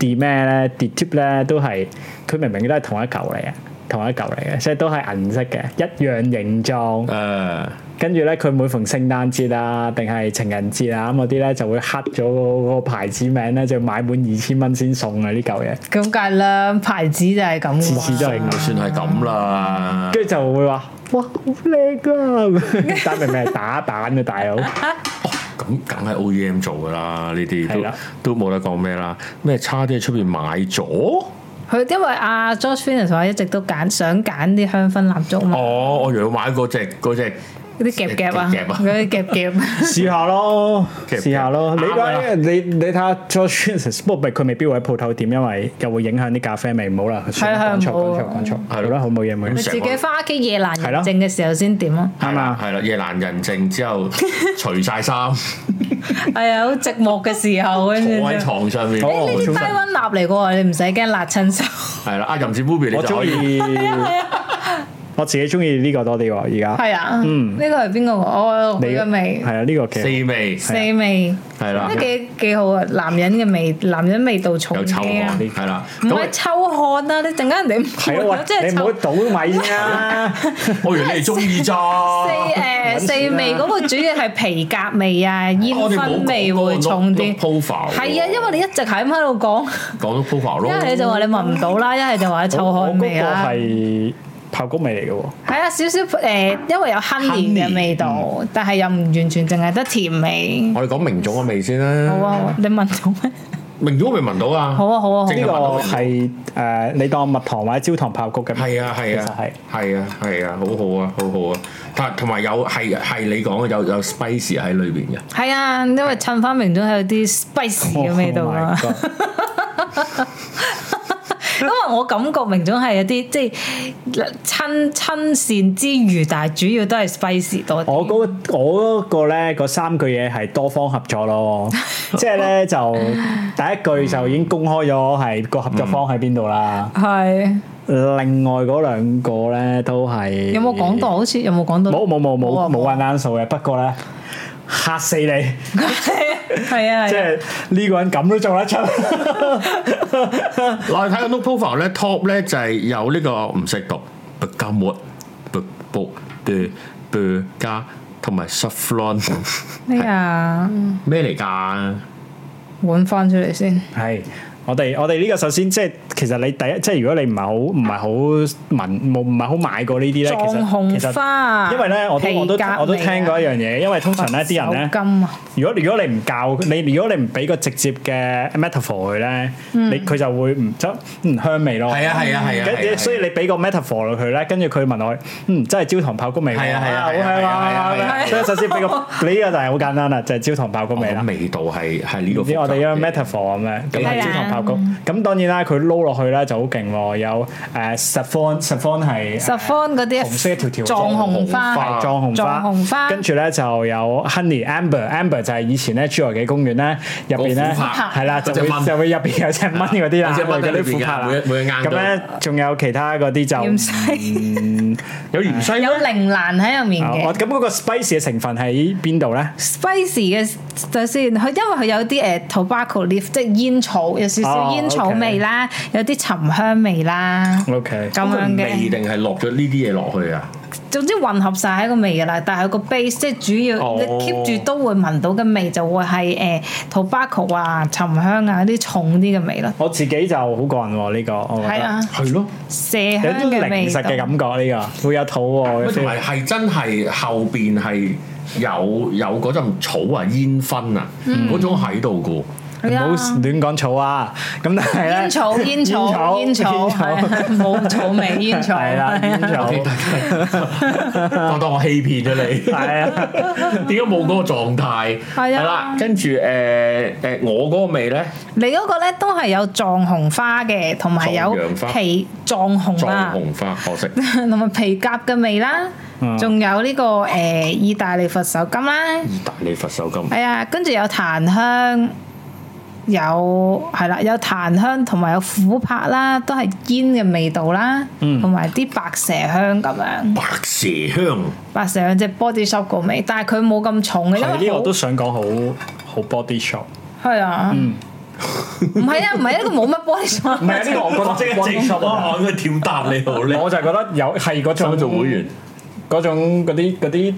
[SPEAKER 3] 啲咩咧，啲 tip 咧都係佢明明都係同一嚿嚟嘅，同一嚿嚟嘅，即係都係銀色嘅，一樣形狀。
[SPEAKER 1] 誒
[SPEAKER 3] 跟住咧，佢每逢聖誕節啊，定係情人節啊咁嗰啲咧，就會黑咗嗰個牌子名咧，就買滿二千蚊先送啊呢嚿嘢。
[SPEAKER 2] 咁梗係啦，牌子就係咁
[SPEAKER 3] 次次
[SPEAKER 2] 㗎。
[SPEAKER 3] 都係咁
[SPEAKER 1] 就算係咁啦，
[SPEAKER 3] 跟住就會話：哇，好靚啊！ [laughs] 但明明係打蛋
[SPEAKER 1] [laughs]
[SPEAKER 3] 嘅大佬，
[SPEAKER 1] 哦咁梗係 OEM 做噶啦，呢
[SPEAKER 3] 係啦
[SPEAKER 1] 啲都都冇得講咩啦。咩差啲喺出邊買咗？
[SPEAKER 2] 佢因為阿 George Finnis 話一直都揀想揀啲香薰蠟燭嘛，
[SPEAKER 1] 哦，我以為要買嗰只嗰只
[SPEAKER 2] 嗰啲夾夾啊，
[SPEAKER 1] 夾夾啊
[SPEAKER 2] 嗰啲夾
[SPEAKER 1] [laughs]
[SPEAKER 2] 夾。
[SPEAKER 3] 試下咯，
[SPEAKER 1] 其實
[SPEAKER 3] 試下咯。你
[SPEAKER 1] 啱啊㗎
[SPEAKER 3] 睇你你睇下 George Francis，不過佢未必會喺鋪頭點，因為又會影響啲咖啡味。唔好啦，算啦講
[SPEAKER 2] 係係
[SPEAKER 3] 錯
[SPEAKER 2] 唔
[SPEAKER 3] 講
[SPEAKER 2] 好
[SPEAKER 3] 錯講錯，
[SPEAKER 1] 嗯係
[SPEAKER 3] 係
[SPEAKER 1] 咯
[SPEAKER 3] 啦，好冇嘢冇
[SPEAKER 2] 你
[SPEAKER 3] 嘢，
[SPEAKER 1] 成
[SPEAKER 2] 自
[SPEAKER 1] 個
[SPEAKER 2] 己翻屋企夜闌
[SPEAKER 3] 係咯
[SPEAKER 2] 人靜嘅時候先點咯，
[SPEAKER 3] 啱啊。
[SPEAKER 1] 係啦，夜闌人靜之
[SPEAKER 2] [laughs]
[SPEAKER 1] 後除晒衫，
[SPEAKER 2] 係啊，好寂寞嘅時候
[SPEAKER 1] 坐
[SPEAKER 2] 跟住就。
[SPEAKER 1] 喺
[SPEAKER 2] 呢
[SPEAKER 1] 床
[SPEAKER 2] [laughs]
[SPEAKER 1] 上面。哦
[SPEAKER 3] 好
[SPEAKER 2] 啲低温蠟嚟嘅喎，你唔使驚辣親手。
[SPEAKER 1] 係啦，啊任志 Ruby
[SPEAKER 3] 我
[SPEAKER 1] 你就
[SPEAKER 3] 中
[SPEAKER 1] 可以
[SPEAKER 3] 意， [laughs]
[SPEAKER 2] 啊
[SPEAKER 3] 我自己中意呢個多啲喎。而家
[SPEAKER 2] [laughs] 係啊，
[SPEAKER 1] 嗯
[SPEAKER 2] 呢個係邊個？我佢嘅味，
[SPEAKER 3] 係啊，呢個
[SPEAKER 1] 四
[SPEAKER 3] 其實
[SPEAKER 1] 味
[SPEAKER 2] 四味，
[SPEAKER 1] 係啦
[SPEAKER 2] 都，幾幾好啊！男人嘅味，男人味道重
[SPEAKER 1] 有臭
[SPEAKER 2] 啲啊
[SPEAKER 1] 汗。係啦。
[SPEAKER 2] 唔
[SPEAKER 1] 咁
[SPEAKER 2] 係臭汗啊！你陣間人哋
[SPEAKER 3] 係
[SPEAKER 2] 唔
[SPEAKER 3] 啊
[SPEAKER 2] 即係
[SPEAKER 3] 喂，你唔
[SPEAKER 2] 臭
[SPEAKER 3] 好倒米先啊！
[SPEAKER 1] [laughs] 我以為啊你哋中意咋？
[SPEAKER 2] 四誒四味嗰個主要係皮革味啊，
[SPEAKER 1] [laughs]
[SPEAKER 2] 煙
[SPEAKER 1] 我哋冇
[SPEAKER 2] 燻味會重啲。
[SPEAKER 1] profile
[SPEAKER 2] 係啊，因為你一直係咁喺度講，
[SPEAKER 1] 講到 profile
[SPEAKER 2] 一
[SPEAKER 1] 咯，
[SPEAKER 2] 係你就話你聞唔到啦，一係就話你臭
[SPEAKER 3] 我我
[SPEAKER 2] 汗味啊
[SPEAKER 3] 嗰個
[SPEAKER 2] 啦。
[SPEAKER 3] 係炮谷味嚟嘅喎。
[SPEAKER 2] 係啊，少少誒，因為有 honey 嘅味道，但係又唔完全淨係得甜味。
[SPEAKER 1] 我哋講明種嘅味先啦。
[SPEAKER 2] 好啊，
[SPEAKER 3] 嗯
[SPEAKER 2] 好啊你聞到咩？
[SPEAKER 1] 明種嘅味聞到啊。
[SPEAKER 2] 好啊，好啊，好啊
[SPEAKER 1] 淨
[SPEAKER 3] 呢
[SPEAKER 1] 係聞
[SPEAKER 3] 個
[SPEAKER 1] 到味
[SPEAKER 3] 係誒，你當蜜糖或者焦糖爆谷嘅。
[SPEAKER 1] 係啊係
[SPEAKER 3] 其實
[SPEAKER 1] 啊
[SPEAKER 3] 係，
[SPEAKER 1] 係啊係啊，好好啊好好啊，但同埋有係係你講嘅有有 spice 喺裏邊嘅，
[SPEAKER 2] 係啊，因為襯翻明咗係有啲 spicy 嘅味道啊。
[SPEAKER 3] Oh my god
[SPEAKER 2] [laughs] 因為我感覺明總係有啲即係親親善之餘，但係主要都係 spicy 多啲。
[SPEAKER 3] 我嗰、我嗰個咧，嗰三句嘢係多方合
[SPEAKER 2] [laughs]
[SPEAKER 3] 作咯，即係咧就第一句就已經公開咗係個合作方喺邊度啦。
[SPEAKER 2] 係
[SPEAKER 3] 另外嗰兩個咧都係
[SPEAKER 2] 有冇講到？？好似有冇講到？
[SPEAKER 3] 冇冇冇
[SPEAKER 2] 冇啊
[SPEAKER 3] 冇冇
[SPEAKER 2] 冇啊 [laughs]
[SPEAKER 3] 揾啱數嘅，不過咧嚇死你！
[SPEAKER 2] 係啊，
[SPEAKER 3] 即
[SPEAKER 2] 係啊
[SPEAKER 3] 係呢個人咁都做得出，
[SPEAKER 1] 我哋睇個 note profile 咧 top 咧就係有呢個唔識讀 b e r g a m o t b b b 加同埋
[SPEAKER 2] [laughs]
[SPEAKER 1] saffron
[SPEAKER 2] 咩啊？
[SPEAKER 1] 咩嚟㗎？
[SPEAKER 2] 揾翻出嚟先。
[SPEAKER 3] 係。我哋我哋呢個首先即係其實你第一即係如果你唔係好唔係好聞冇唔係好買過呢啲咧，其
[SPEAKER 2] 藏
[SPEAKER 3] 實其
[SPEAKER 2] 紅
[SPEAKER 3] 實
[SPEAKER 2] 花，
[SPEAKER 3] 因為咧我都我都我都聽過一樣嘢，因為通常咧啲人咧
[SPEAKER 2] 啊手。金啊，
[SPEAKER 3] 如果如果你唔教你，如果你唔俾個直接嘅 metaphor 佢咧，
[SPEAKER 2] 嗯
[SPEAKER 3] 你佢就會唔執嗯香味咯。
[SPEAKER 1] 係啊係啊係啊
[SPEAKER 3] 跟
[SPEAKER 1] 係啊，
[SPEAKER 3] 所以你俾個 metaphor 佢咧，跟住佢問我，嗯，真係焦糖爆谷味喎。
[SPEAKER 1] 係啊係啊
[SPEAKER 3] 好
[SPEAKER 1] 係啊
[SPEAKER 3] 香
[SPEAKER 1] 係啊係啊係
[SPEAKER 3] 啊！
[SPEAKER 1] 啊
[SPEAKER 3] 所以首先俾個你呢個就係好簡單啦，就係焦糖爆谷
[SPEAKER 1] 我
[SPEAKER 3] 味啦
[SPEAKER 1] 講。味道係係呢個
[SPEAKER 3] 唔知我哋
[SPEAKER 1] 複雜
[SPEAKER 3] 有
[SPEAKER 1] 嘅
[SPEAKER 3] metaphor 咁樣，咁
[SPEAKER 1] 係
[SPEAKER 3] 係
[SPEAKER 2] 啊
[SPEAKER 3] 焦糖爆爆谷。咁當然啦，佢撈落去咧就好勁喎，有誒十方十方係
[SPEAKER 2] 十方嗰啲
[SPEAKER 3] 紅色一條條
[SPEAKER 2] 藏紅花，
[SPEAKER 3] 係藏紅花，
[SPEAKER 2] 藏紅花
[SPEAKER 3] 跟住咧就有 Honey Amber Amber 就係以前咧侏羅紀公園咧入邊咧
[SPEAKER 1] 個琥
[SPEAKER 2] 珀
[SPEAKER 3] 係啦，
[SPEAKER 1] 嗰
[SPEAKER 3] 就
[SPEAKER 1] 隻
[SPEAKER 3] 會
[SPEAKER 1] 蚊
[SPEAKER 3] 就會入邊有隻蚊嗰啲啦，
[SPEAKER 1] 有隻蚊喺裏
[SPEAKER 3] 嗰啲
[SPEAKER 1] 邊
[SPEAKER 3] 琥
[SPEAKER 1] 㗎
[SPEAKER 3] 珀啦
[SPEAKER 1] 每一每一硬
[SPEAKER 3] 咁咧仲有其他嗰啲就
[SPEAKER 2] 芫 [laughs] 茜
[SPEAKER 3] 嗯
[SPEAKER 1] 有芫荽
[SPEAKER 2] 有
[SPEAKER 1] 咩？
[SPEAKER 2] 鈴蘭喺入面
[SPEAKER 3] 啊
[SPEAKER 2] 嘅
[SPEAKER 3] 我。咁嗰個 spice 嘅成分喺邊度咧？
[SPEAKER 2] spicy 嘅就先，佢因為佢有啲誒 tobacco leaf，即係煙草，有少
[SPEAKER 3] 哦
[SPEAKER 2] 少煙草
[SPEAKER 3] OK
[SPEAKER 2] 味啦，有啲沉香味啦，
[SPEAKER 3] OK
[SPEAKER 2] 咁樣
[SPEAKER 1] 味
[SPEAKER 2] 嘅。
[SPEAKER 1] 定係落咗呢啲嘢落去啊？
[SPEAKER 2] 總之混合晒喺個味噶啦，但係佢個 base 即係主要
[SPEAKER 1] 哦
[SPEAKER 2] 你 keep 住都會聞到嘅味，就會係誒 tobacco 啊、沉香啊啲重啲嘅味咯，
[SPEAKER 3] 我自己就好過癮喎呢個，我覺
[SPEAKER 2] 係
[SPEAKER 3] 得
[SPEAKER 2] 啊，
[SPEAKER 1] 係咯，
[SPEAKER 2] 麝
[SPEAKER 3] 有
[SPEAKER 2] 香
[SPEAKER 3] 啲
[SPEAKER 2] 嘅
[SPEAKER 3] 零
[SPEAKER 2] 味
[SPEAKER 3] 食
[SPEAKER 2] 道。
[SPEAKER 3] 嘅感覺呢個，會有肚喎。有
[SPEAKER 1] 喂同
[SPEAKER 3] feel
[SPEAKER 1] 埋係真係後邊係有有嗰陣草啊煙燻啊
[SPEAKER 2] 嗯
[SPEAKER 1] 嗰種喺度噶。
[SPEAKER 2] 係
[SPEAKER 3] 唔
[SPEAKER 2] 啊
[SPEAKER 3] 好亂講草啊！咁但係咧，
[SPEAKER 2] [laughs] 煙草、煙草、煙草，係啊冇草
[SPEAKER 3] [laughs]
[SPEAKER 2] 味煙草。
[SPEAKER 3] 係啦，煙草
[SPEAKER 1] [laughs]
[SPEAKER 3] [laughs]
[SPEAKER 1] 我當我欺騙咗你，
[SPEAKER 3] 係啊，
[SPEAKER 1] 點解冇嗰個狀態？
[SPEAKER 2] 係啊
[SPEAKER 1] 啦，跟住誒誒，我嗰個味咧，
[SPEAKER 2] 你嗰個咧都係有藏紅花嘅，同埋有
[SPEAKER 1] 藏洋花
[SPEAKER 2] 皮藏紅
[SPEAKER 1] 藏
[SPEAKER 2] 啦，
[SPEAKER 1] 紅花可惜，
[SPEAKER 2] [laughs] 同埋皮夾嘅味啦
[SPEAKER 3] 嗯，
[SPEAKER 2] 仲有呢個誒意大利佛手柑啦，
[SPEAKER 1] 意大利佛手柑，
[SPEAKER 2] 係啊，跟住有檀香，有係啦，有檀香同埋有琥珀啦，都係煙嘅味道啦，
[SPEAKER 3] 嗯
[SPEAKER 2] 同埋啲白麝香咁樣，
[SPEAKER 1] 白蛇香，
[SPEAKER 2] 白麝香即係 body shop 個味，但係佢冇咁重嘅，因
[SPEAKER 3] 係呢
[SPEAKER 2] 為
[SPEAKER 3] 個
[SPEAKER 2] 好
[SPEAKER 3] 我都想講好好 body shop。
[SPEAKER 2] 係啊，唔係啊，唔係呢個冇乜 body shop，
[SPEAKER 3] 唔係啊呢個
[SPEAKER 1] [laughs]
[SPEAKER 3] 我覺得
[SPEAKER 1] 啊！我應該點答你好咧？
[SPEAKER 3] 我就係覺得有係嗰
[SPEAKER 1] 想
[SPEAKER 3] 種
[SPEAKER 1] 做會員，
[SPEAKER 3] 嗰種嗰啲嗰啲，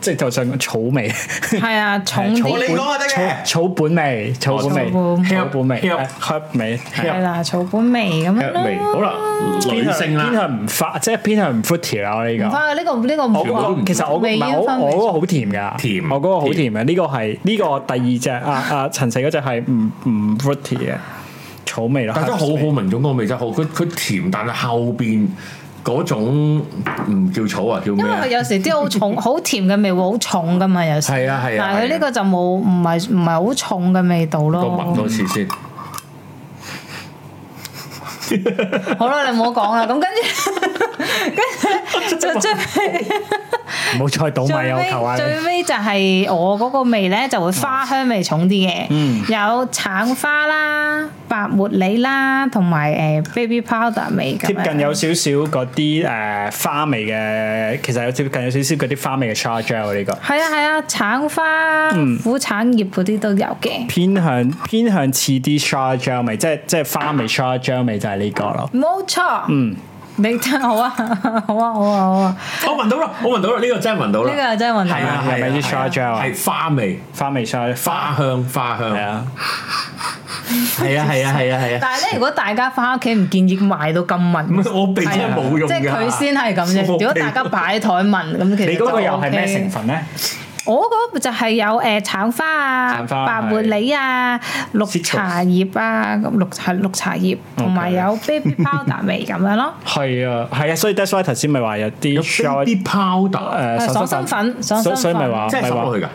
[SPEAKER 3] 即係就上草味，
[SPEAKER 2] 係啊，重
[SPEAKER 3] 草
[SPEAKER 2] 啲。
[SPEAKER 1] 你講啊得嘅
[SPEAKER 3] 草草本味，草本味，
[SPEAKER 2] 草本
[SPEAKER 3] 草本味，
[SPEAKER 1] 香
[SPEAKER 3] 黑味，
[SPEAKER 2] 係啦，草本味咁樣
[SPEAKER 1] 香味
[SPEAKER 2] 咯。
[SPEAKER 1] 好啦，女性
[SPEAKER 3] 偏
[SPEAKER 1] 啦，
[SPEAKER 3] 向唔發，即係偏向唔 fruity 啦。我呢
[SPEAKER 2] 唔
[SPEAKER 3] 個。
[SPEAKER 2] 翻呢個啊呢個唔
[SPEAKER 3] 我
[SPEAKER 1] 部都
[SPEAKER 3] 我
[SPEAKER 1] 唔
[SPEAKER 3] 其實我唔
[SPEAKER 2] 未
[SPEAKER 3] 係
[SPEAKER 2] 煙
[SPEAKER 3] 我
[SPEAKER 2] 燻
[SPEAKER 3] 我嗰個好甜㗎，
[SPEAKER 1] 甜
[SPEAKER 3] 我嗰個好甜嘅，呢個係呢個第二隻啊啊陳四嗰隻係唔唔 fruity 嘅草味咯，
[SPEAKER 1] 但真係好好聞種嗰個味真係好，佢佢甜，但係後邊嗰種唔叫草啊，叫咩
[SPEAKER 2] 因為
[SPEAKER 1] 啊
[SPEAKER 2] 佢？有時啲好重、 [laughs] 好甜嘅味會好重噶嘛，有時。
[SPEAKER 1] 係啊係啊
[SPEAKER 2] 但係佢
[SPEAKER 1] 係啊
[SPEAKER 2] 呢個就冇唔係唔係好重嘅味道
[SPEAKER 1] 我聞
[SPEAKER 2] 咯
[SPEAKER 1] 多。次先，
[SPEAKER 2] 好啦，你唔好講啦。咁跟 [laughs] 住，跟住就最
[SPEAKER 3] 冇再倒米
[SPEAKER 2] 最
[SPEAKER 3] 啊！我求
[SPEAKER 2] 尾
[SPEAKER 3] 下
[SPEAKER 2] 最
[SPEAKER 3] 你，
[SPEAKER 2] 尾就係我嗰個味咧就會花香味重啲嘅，
[SPEAKER 3] 嗯
[SPEAKER 2] 有橙花啦、白茉莉啦，同埋誒 baby powder 味咁樣。
[SPEAKER 3] 貼近有少少嗰啲誒花味嘅，其實有接近有少少嗰啲花味嘅 char gel 呢個，
[SPEAKER 2] 係啊係啊，橙花、苦橙葉嗰啲都有嘅。
[SPEAKER 3] 偏向偏向似啲 char gel 味，即係即係花味 char gel 味就係呢個咯。
[SPEAKER 2] 冇錯，嗯，你真好啊， [laughs] 好啊，好啊，好啊，
[SPEAKER 1] 我哦聞到啦，我聞到啦，呢個真係聞到啦，
[SPEAKER 2] 呢個真係聞到
[SPEAKER 1] 係啊
[SPEAKER 2] 啦
[SPEAKER 1] 係
[SPEAKER 3] 係咪
[SPEAKER 1] 啊
[SPEAKER 3] 啲 char gel 啊？
[SPEAKER 1] 係花味。
[SPEAKER 3] 花味 char
[SPEAKER 1] 花香，花香，
[SPEAKER 3] 係啊，
[SPEAKER 1] 係啊，係啊，係啊，係啊。
[SPEAKER 2] 但係咧，如果大家翻屋企唔建議買到咁
[SPEAKER 1] 唔
[SPEAKER 2] 聞，
[SPEAKER 1] 係我鼻真係冇用
[SPEAKER 2] 即
[SPEAKER 1] 㗎
[SPEAKER 2] 係佢先係咁啫。
[SPEAKER 1] 我
[SPEAKER 2] 如
[SPEAKER 1] 鼻
[SPEAKER 2] 果大家擺台聞咁，其實
[SPEAKER 3] 你嗰個又係咩成
[SPEAKER 2] 成分？
[SPEAKER 3] 分咧？
[SPEAKER 2] 我嗰個就係有誒橙花啊、
[SPEAKER 3] 橙花
[SPEAKER 2] 白茉莉啊、綠茶葉啊，咁綠係綠茶葉，同埋有 baby powder 味咁樣咯。
[SPEAKER 3] 係啊，係啊，所以 that's why 頭先咪話有啲
[SPEAKER 1] 有
[SPEAKER 3] short-
[SPEAKER 1] 啲 powder，
[SPEAKER 3] [laughs] 誒
[SPEAKER 2] 係爽身粉爽身
[SPEAKER 3] 所所以咪
[SPEAKER 2] 粉
[SPEAKER 3] 話
[SPEAKER 1] 即係
[SPEAKER 3] 咪
[SPEAKER 1] 滲
[SPEAKER 3] 話
[SPEAKER 1] 落去㗎。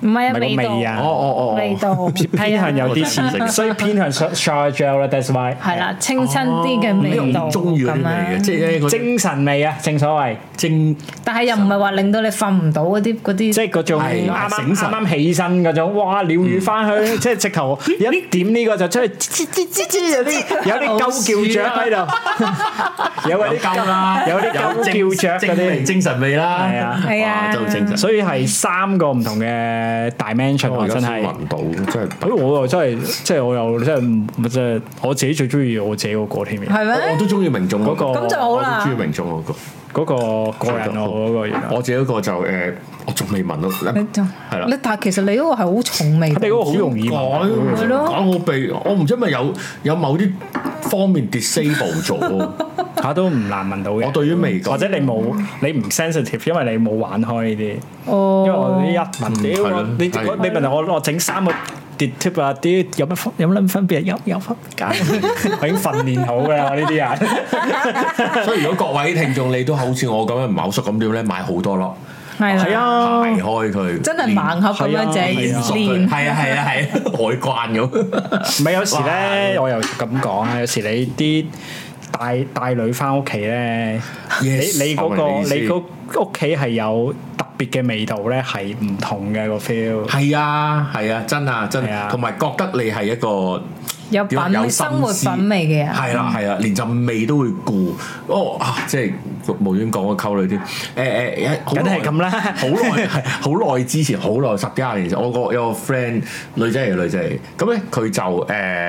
[SPEAKER 2] 唔係啊，
[SPEAKER 3] 唔係個味
[SPEAKER 2] 道
[SPEAKER 3] 啊
[SPEAKER 1] 哦哦哦，
[SPEAKER 2] 味道
[SPEAKER 3] 偏向有啲
[SPEAKER 1] 係啊
[SPEAKER 3] 似，所以偏向 char gel 啦，that's why
[SPEAKER 2] 係啦，清新啲嘅味道
[SPEAKER 1] 我中意嗰啲
[SPEAKER 2] 咁
[SPEAKER 1] 味嘅，
[SPEAKER 2] 樣。
[SPEAKER 1] 即係咧嗰啲
[SPEAKER 3] 精神味啊，正所謂
[SPEAKER 1] 精
[SPEAKER 2] 但係又唔係話令到你瞓唔到嗰啲嗰啲
[SPEAKER 3] 即。係嗰種啊
[SPEAKER 1] 係
[SPEAKER 3] 啱
[SPEAKER 1] 啦
[SPEAKER 3] 啱
[SPEAKER 1] 醒
[SPEAKER 3] 啱
[SPEAKER 1] 神
[SPEAKER 3] 啱起身嗰種，哇！鳥語翻 [laughs] 去，即係直頭一點呢個就出去，吱吱吱吱有啲有啲鳩叫雀喺度，有嗰
[SPEAKER 1] 有
[SPEAKER 3] 啲
[SPEAKER 1] 鳩啦，
[SPEAKER 3] 有啲鳩叫雀
[SPEAKER 1] 精
[SPEAKER 3] 嗰啲，
[SPEAKER 1] 精神味啦，
[SPEAKER 3] 係啊
[SPEAKER 2] 係啊
[SPEAKER 1] 哇真係好精神。
[SPEAKER 3] 所以係三個唔同嘅 dimension
[SPEAKER 1] 我而
[SPEAKER 3] 啊，
[SPEAKER 1] 家
[SPEAKER 3] 真
[SPEAKER 1] 先
[SPEAKER 3] 係。
[SPEAKER 1] 聞到，真
[SPEAKER 3] 哎，
[SPEAKER 1] 係。
[SPEAKER 3] 我又真係，即係我又真係唔，即係我自己最中意我自己嗰個添嘅，
[SPEAKER 2] 係
[SPEAKER 1] 我我
[SPEAKER 2] 咩？
[SPEAKER 1] 都中意明眾
[SPEAKER 3] 嗰個
[SPEAKER 2] 咁就好
[SPEAKER 1] 我都
[SPEAKER 2] 啦
[SPEAKER 1] 中意。明眾嗰個。
[SPEAKER 3] 嗰個個人我嗰個原來。
[SPEAKER 1] 我自己嗰個就誒，我仲未聞到。
[SPEAKER 2] 你仲
[SPEAKER 1] 係啦
[SPEAKER 2] 你但係其實你嗰個係好重味道。
[SPEAKER 3] 你嗰個好容易聞，啊
[SPEAKER 1] 講
[SPEAKER 2] 係咯
[SPEAKER 1] 講我鼻，我唔知係咪有有某啲方面 disable
[SPEAKER 2] [laughs]
[SPEAKER 1] 咗。
[SPEAKER 3] 嚇都唔難聞到嘅。
[SPEAKER 1] 我對於味覺
[SPEAKER 3] 或者你冇你唔 sensitive，因為你冇玩開呢啲。因為我
[SPEAKER 2] 哦
[SPEAKER 3] 呢一，聞
[SPEAKER 1] 係
[SPEAKER 3] 屌
[SPEAKER 1] 咯
[SPEAKER 3] 我你
[SPEAKER 1] 係
[SPEAKER 3] 我你問我我整三個 d e t i p 啊啲有乜分有乜撚分別？有有分解， [laughs] 我已經訓練好㗎啦，我呢啲人。
[SPEAKER 1] 所以如果各位聽眾你都好似我咁樣唔係好熟咁點咧，買好多咯。
[SPEAKER 2] 係啦
[SPEAKER 3] 係啊
[SPEAKER 1] 排開佢，
[SPEAKER 2] 真係盲盒咁樣
[SPEAKER 3] 係啊
[SPEAKER 2] 整
[SPEAKER 1] 練
[SPEAKER 2] 練，
[SPEAKER 1] 係啊係啊係啊，海關咁。
[SPEAKER 3] 唔係有時咧，我又咁講啊，有時你啲帶帶女翻屋企咧， [laughs] 你
[SPEAKER 1] Yes，
[SPEAKER 3] 你嗰個
[SPEAKER 1] 我明你意思
[SPEAKER 3] 你個屋企係有特別嘅味道咧，係唔同嘅個 feel。
[SPEAKER 1] 係啊，係啊，真啊，真
[SPEAKER 3] 係
[SPEAKER 1] 啊
[SPEAKER 3] 啊，
[SPEAKER 1] 同埋覺得你係一個
[SPEAKER 2] 有品
[SPEAKER 1] 有
[SPEAKER 2] 生活品味嘅人，
[SPEAKER 1] 係啦
[SPEAKER 3] 嗯
[SPEAKER 1] 係啦，連陣味都會顧。哦啊，即係無端講個溝女添。誒誒，好耐
[SPEAKER 3] 梗係咁啦
[SPEAKER 1] 好耐 [laughs] 好耐之前，好耐十幾廿年前，我個有個 friend 女仔嚟嘅女仔嚟，咁咧佢就誒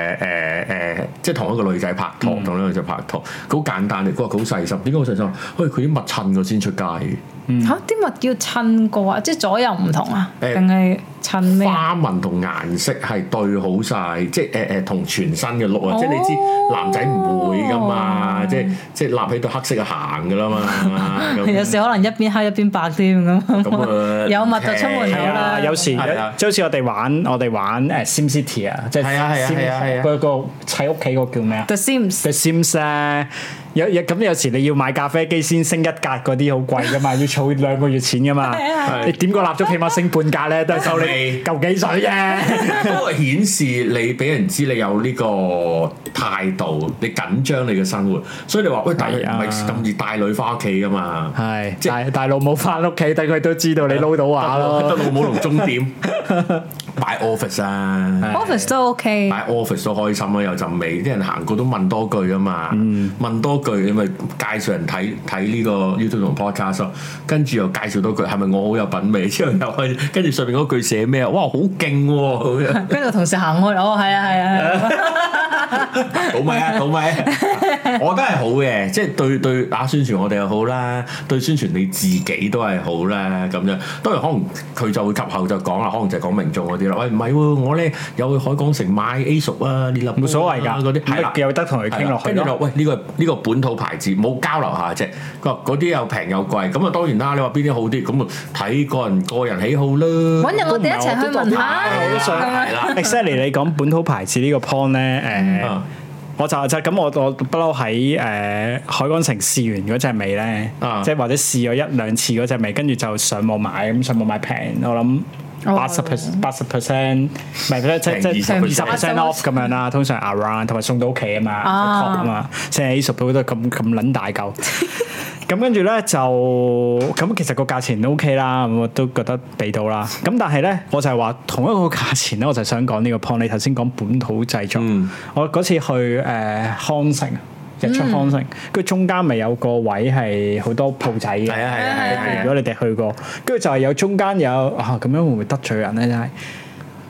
[SPEAKER 1] 誒誒，即係同一個女仔拍拖，
[SPEAKER 3] 嗯
[SPEAKER 1] 同一個女仔拍拖，佢好簡單嘅，佢話佢好細心，點解好細心？喂，佢啲物襯過先出街嘅。
[SPEAKER 2] 嚇啲物叫襯過啊，即係左右唔同啊，
[SPEAKER 1] 誒
[SPEAKER 2] 定係襯咩
[SPEAKER 1] 花
[SPEAKER 2] 啊？
[SPEAKER 1] 紋同顏色係對好晒，即係誒誒同全身嘅 look 啊！
[SPEAKER 2] 哦
[SPEAKER 1] 即係你知男仔唔會噶嘛，即係即係立起對黑色嘅行噶啦嘛。
[SPEAKER 2] [laughs] 有
[SPEAKER 1] 咁
[SPEAKER 2] 時可能一邊黑一邊白添
[SPEAKER 1] 咁啊
[SPEAKER 2] [laughs] 咁，有物就出門
[SPEAKER 1] 係
[SPEAKER 2] 口
[SPEAKER 3] 係
[SPEAKER 2] 啦
[SPEAKER 3] 啊，。有時即
[SPEAKER 1] 係啊
[SPEAKER 3] 係好似我哋玩我哋玩誒 Sim City 啊，即係
[SPEAKER 1] 係啊係啊
[SPEAKER 3] Sim-
[SPEAKER 1] 係啊係啊
[SPEAKER 3] 嗰個砌屋企嗰個叫咩啊
[SPEAKER 2] The Sims
[SPEAKER 3] ？The Sims 咧。有有咁有時你要買咖啡機先升一格嗰啲好貴噶
[SPEAKER 1] [laughs]
[SPEAKER 3] 嘛，要儲兩個月錢噶嘛
[SPEAKER 2] 係啊係
[SPEAKER 1] 啊。
[SPEAKER 3] 你點個蠟燭起碼升半格咧，都係收
[SPEAKER 1] [laughs]
[SPEAKER 3] 你
[SPEAKER 1] 係
[SPEAKER 3] 嚿幾水啫。
[SPEAKER 1] 不過顯示你俾人知你有呢個態度，你緊張你嘅生活，所以你話喂，但係
[SPEAKER 3] 係
[SPEAKER 1] 唔
[SPEAKER 3] 啊
[SPEAKER 1] 係咁易帶女翻屋企噶嘛？
[SPEAKER 3] [laughs] 係，
[SPEAKER 1] 即係
[SPEAKER 3] 大大佬冇翻屋企，等佢都知道你撈到啊話
[SPEAKER 2] 哦
[SPEAKER 1] 得
[SPEAKER 3] 咯。
[SPEAKER 1] 老母同終
[SPEAKER 2] [laughs]
[SPEAKER 1] 點買 office 啊！
[SPEAKER 2] Office 都 OK，
[SPEAKER 1] 喺 office 都開心啊，有陣味，啲人行過都問多句啊嘛，問多句你咪介紹人睇睇呢個 YouTube 同 podcast 咯，跟住又介紹多句係咪我好有品味，之後又去跟住上面嗰句寫咩啊？哇，好勁喎咁
[SPEAKER 2] [laughs]
[SPEAKER 1] 樣，
[SPEAKER 2] 跟住同事行開，哦係啊係啊係啊，
[SPEAKER 1] 好咪啊，好咪啊， [laughs] 我覺得係好嘅，即係對對打宣傳我哋又好啦，對宣傳你自己都係好啦咁樣。當然可能佢就會及後就講啦，可能就係講民眾嗰啲啦。喂，唔係喎，我咧有去海港城買 A 熟啊，你諗
[SPEAKER 3] 冇所謂㗎，
[SPEAKER 1] 嗰啲係啦
[SPEAKER 3] 咁。有得同佢傾落去
[SPEAKER 1] 跟住就
[SPEAKER 3] 咯。
[SPEAKER 1] 喂呢、個呢、個本土牌子冇交流下啫，佢話嗰啲又平又貴，咁啊當然啦，你話邊啲好啲，咁啊睇個人個人喜好啦。
[SPEAKER 2] 揾日我哋一齊去問下
[SPEAKER 3] 我都想
[SPEAKER 2] 咁樣
[SPEAKER 1] 係啦，
[SPEAKER 3] Exactly，你講本土牌子呢個 point 咧，誒
[SPEAKER 1] 啊，
[SPEAKER 3] 我就就咁，我我不嬲喺誒海港城試完嗰只味咧
[SPEAKER 1] 啊，
[SPEAKER 3] 即係或者試咗一兩次嗰只味，跟住就上網買，咁上網買平，我諗。
[SPEAKER 2] 哦
[SPEAKER 3] 八十 percent，八十 percent，唔係即即即
[SPEAKER 1] 平20%
[SPEAKER 3] 二十 percent off 咁樣啦，通常 around 同埋送到屋企啊嘛，
[SPEAKER 2] 啊
[SPEAKER 3] 即係 top 啊嘛，成 A 十都都咁咁撚大
[SPEAKER 1] [laughs]
[SPEAKER 3] 嚿。咁跟住咧就咁，其實個價錢都 OK 啦，咁我都覺得俾到啦。咁但係咧，我就係話同一個價錢咧，我就想講呢個 point。你頭先講本土製作，
[SPEAKER 1] 嗯
[SPEAKER 3] 我嗰次去誒、呃康城日
[SPEAKER 1] 嗯
[SPEAKER 3] 出康城，跟住、中間咪有個位係好多鋪仔嘅。
[SPEAKER 1] 係啊係啊係啊係
[SPEAKER 3] 如果
[SPEAKER 1] 啊，
[SPEAKER 3] 你哋去過，跟住就係有中間有啊，咁樣會唔會得罪人咧？真係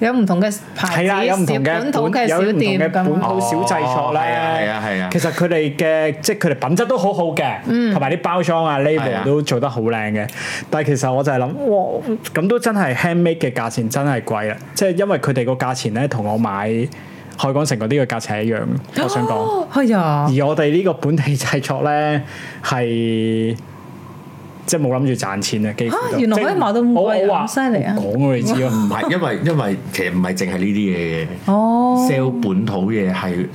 [SPEAKER 2] 有唔同嘅牌
[SPEAKER 3] 係啦，有唔
[SPEAKER 2] 子，
[SPEAKER 3] 同嘅
[SPEAKER 2] 啊本土嘅
[SPEAKER 3] 有
[SPEAKER 2] 小
[SPEAKER 3] 唔同
[SPEAKER 2] 店
[SPEAKER 3] 嘅
[SPEAKER 2] 咁
[SPEAKER 3] 本
[SPEAKER 2] 啊。
[SPEAKER 3] 土小製作咧，
[SPEAKER 1] 哦係啊係啊係啊
[SPEAKER 3] 其實佢哋嘅即係佢哋品質都好好嘅，
[SPEAKER 2] 嗯
[SPEAKER 3] 同埋啲包裝啊
[SPEAKER 1] 係啊
[SPEAKER 3] label 都做得好靚嘅。但係其實我就係諗，哇，咁都真係 handmade 嘅價錢真係貴啦，即係因為佢哋個價錢咧同我買海港城嗰啲嘅價錢係一樣嘅，我想講。
[SPEAKER 2] 哦，係啊，
[SPEAKER 3] 而我哋呢個本地製作咧係。即係冇諗住賺錢啊！幾乎
[SPEAKER 2] 啊
[SPEAKER 3] 都
[SPEAKER 2] 原來
[SPEAKER 3] 即係
[SPEAKER 2] 可以賣到咁貴啊
[SPEAKER 3] 我我話
[SPEAKER 2] 咁犀利啊
[SPEAKER 3] 講我哋知咯，
[SPEAKER 1] 唔係因為因為其實唔係淨係呢啲嘢嘅
[SPEAKER 2] 哦，
[SPEAKER 1] ，sell 本土嘢係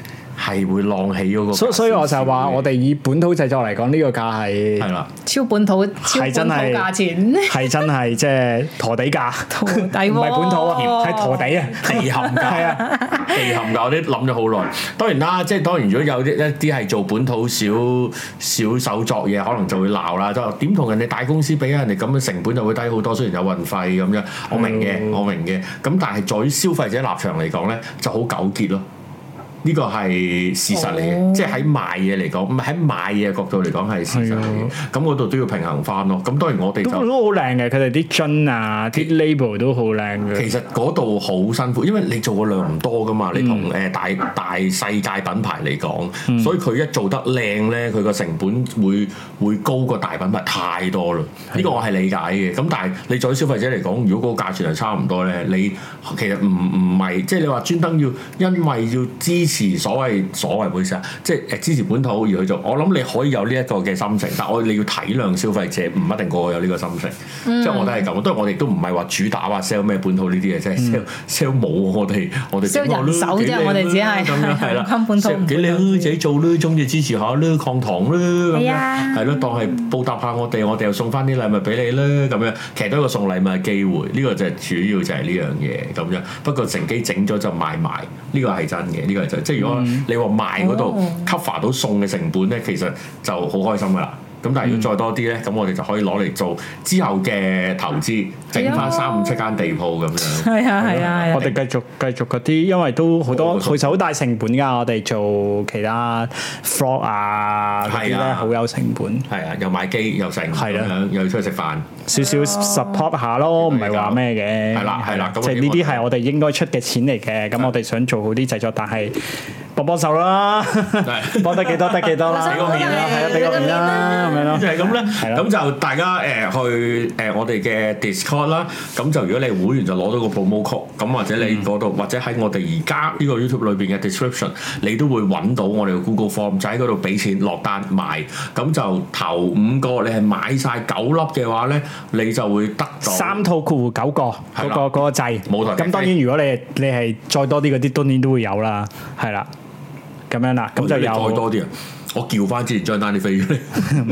[SPEAKER 1] 係會浪起嗰個價少少嘅。
[SPEAKER 3] 所所以我就係話，我哋以本土製作嚟講，呢、個價
[SPEAKER 1] 係
[SPEAKER 3] 係
[SPEAKER 1] 啦，
[SPEAKER 2] 超本土，超本
[SPEAKER 3] 係
[SPEAKER 2] 土
[SPEAKER 3] 真係
[SPEAKER 2] 價錢， [laughs]
[SPEAKER 3] 係真係即係陀地價，
[SPEAKER 2] 陀地喎
[SPEAKER 3] 唔係本土
[SPEAKER 1] 哦
[SPEAKER 3] 啊，係
[SPEAKER 1] [laughs]
[SPEAKER 3] 陀地啊，
[SPEAKER 1] 地冚㗎。
[SPEAKER 3] 係啊，
[SPEAKER 1] 地陷㗎，我啲諗咗好耐。當然啦，即係當然，如果有啲一啲係做本土小小手作嘢，可能就會鬧啦。就話點同人哋大公司比啊？人哋咁嘅成本就會低好多，雖然有運費咁樣，我明嘅，我明嘅。咁但係在於消費者立場嚟講咧，就好糾結咯。呢個係事實嚟嘅，
[SPEAKER 2] 哦
[SPEAKER 1] 即係喺賣嘢嚟講，唔係喺買嘢嘅角度嚟講係事實嚟嘅。咁嗰度都要平衡翻咯。咁當然我哋
[SPEAKER 3] 都
[SPEAKER 1] 就
[SPEAKER 3] 都。好靚嘅，佢哋啲樽啊，啲 label 都好靚嘅
[SPEAKER 1] 其。實嗰度好辛苦，因為你做嘅量唔多噶嘛，你同誒大大世界品牌嚟講，所以佢一做得靚咧，佢個成本會會高過大品牌太多啦。呢個我係理解嘅。咁但係你作為消費者嚟講，如果個價錢係差唔多咧，你其實唔唔係即係你話專登要因為要支持所謂所謂本身，啊即係誒支持本土而去做。我諗你可以有呢一個嘅心情，但我你要體諒消費者，唔一定個個有呢個心情。
[SPEAKER 2] 嗯
[SPEAKER 1] 即係我覺得係咁，當然我哋都唔係話主打話 sell 咩本土呢啲嘢，即係 sell sell 冇我哋我哋
[SPEAKER 2] 嗯 sell
[SPEAKER 1] 整個
[SPEAKER 2] 人手啫
[SPEAKER 1] 幾靚啦啊
[SPEAKER 2] 我哋只係
[SPEAKER 1] 咁樣
[SPEAKER 2] [laughs]
[SPEAKER 1] 係啦，
[SPEAKER 2] 講本土
[SPEAKER 1] sell 幾靚啦啊自己做啦，中意支持下啦，抗糖啦咁
[SPEAKER 2] 係
[SPEAKER 1] 樣
[SPEAKER 2] 啊
[SPEAKER 1] 係咯，當係報答下我哋，我哋又送翻啲禮物俾你啦，咁樣其實都有個送禮物嘅機會，呢、個就係主要就係呢樣嘢咁樣。不過乘機整咗就賣埋，呢、個係真嘅，呢、個係真。即係如果你話賣嗰度
[SPEAKER 2] 嗯哦
[SPEAKER 1] cover 到送嘅成本咧，其實就好開心噶啦。咁但係如果再多啲咧，咁我哋就可以攞嚟做之後嘅投資，
[SPEAKER 2] 啊
[SPEAKER 1] 整翻三五七間地鋪咁樣。
[SPEAKER 2] 係啊係啊係
[SPEAKER 3] 我
[SPEAKER 2] 啊，
[SPEAKER 3] 哋繼續繼續嗰啲，因為都好
[SPEAKER 1] 好
[SPEAKER 3] 多，
[SPEAKER 1] 嘅
[SPEAKER 3] 其實好大成本㗎。我哋做其他 vlog 啊嗰啲
[SPEAKER 1] 係
[SPEAKER 3] 咧，
[SPEAKER 1] 啊
[SPEAKER 3] 好有成本，
[SPEAKER 1] 係啊，又買機又成咁
[SPEAKER 3] 係啦
[SPEAKER 1] 樣，又要出去食飯。
[SPEAKER 3] 少少 support 下咯，唔係話咩嘅。
[SPEAKER 1] 係啦係啦咁
[SPEAKER 3] 即係
[SPEAKER 1] 希
[SPEAKER 3] 呢
[SPEAKER 1] 望
[SPEAKER 3] 啲係我哋應該出嘅錢嚟嘅。咁我哋想做好啲製作，但係幫幫手啦， [laughs] 幫得幾多得幾多啦，
[SPEAKER 2] 俾個面啦
[SPEAKER 3] 係啊，俾個面啦，咁樣咯
[SPEAKER 1] 就。係咁咧，
[SPEAKER 3] 啦
[SPEAKER 1] 咁就大家誒、呃去誒、呃我哋嘅 Discord 啦，咁就如果你係會員就攞到個 promo code，咁或者你
[SPEAKER 3] 嗯
[SPEAKER 1] 嗰度、或者喺我哋而家呢個 YouTube 裏邊嘅 description，你都會揾到我哋嘅 Google Form，就喺嗰度俾錢落單買，咁就頭五個你係買晒九粒嘅話咧，你就會得到
[SPEAKER 3] 三套括弧九個
[SPEAKER 1] 係
[SPEAKER 3] 嗰
[SPEAKER 1] 啦
[SPEAKER 3] 個嗰個掣，
[SPEAKER 1] 舞台劇
[SPEAKER 3] 咁當然如果你你係再多啲嗰啲，當然都會有啦，係啦，咁樣啦，咁就有
[SPEAKER 1] 再多啲啊！我叫翻之前張單啲飛出嚟。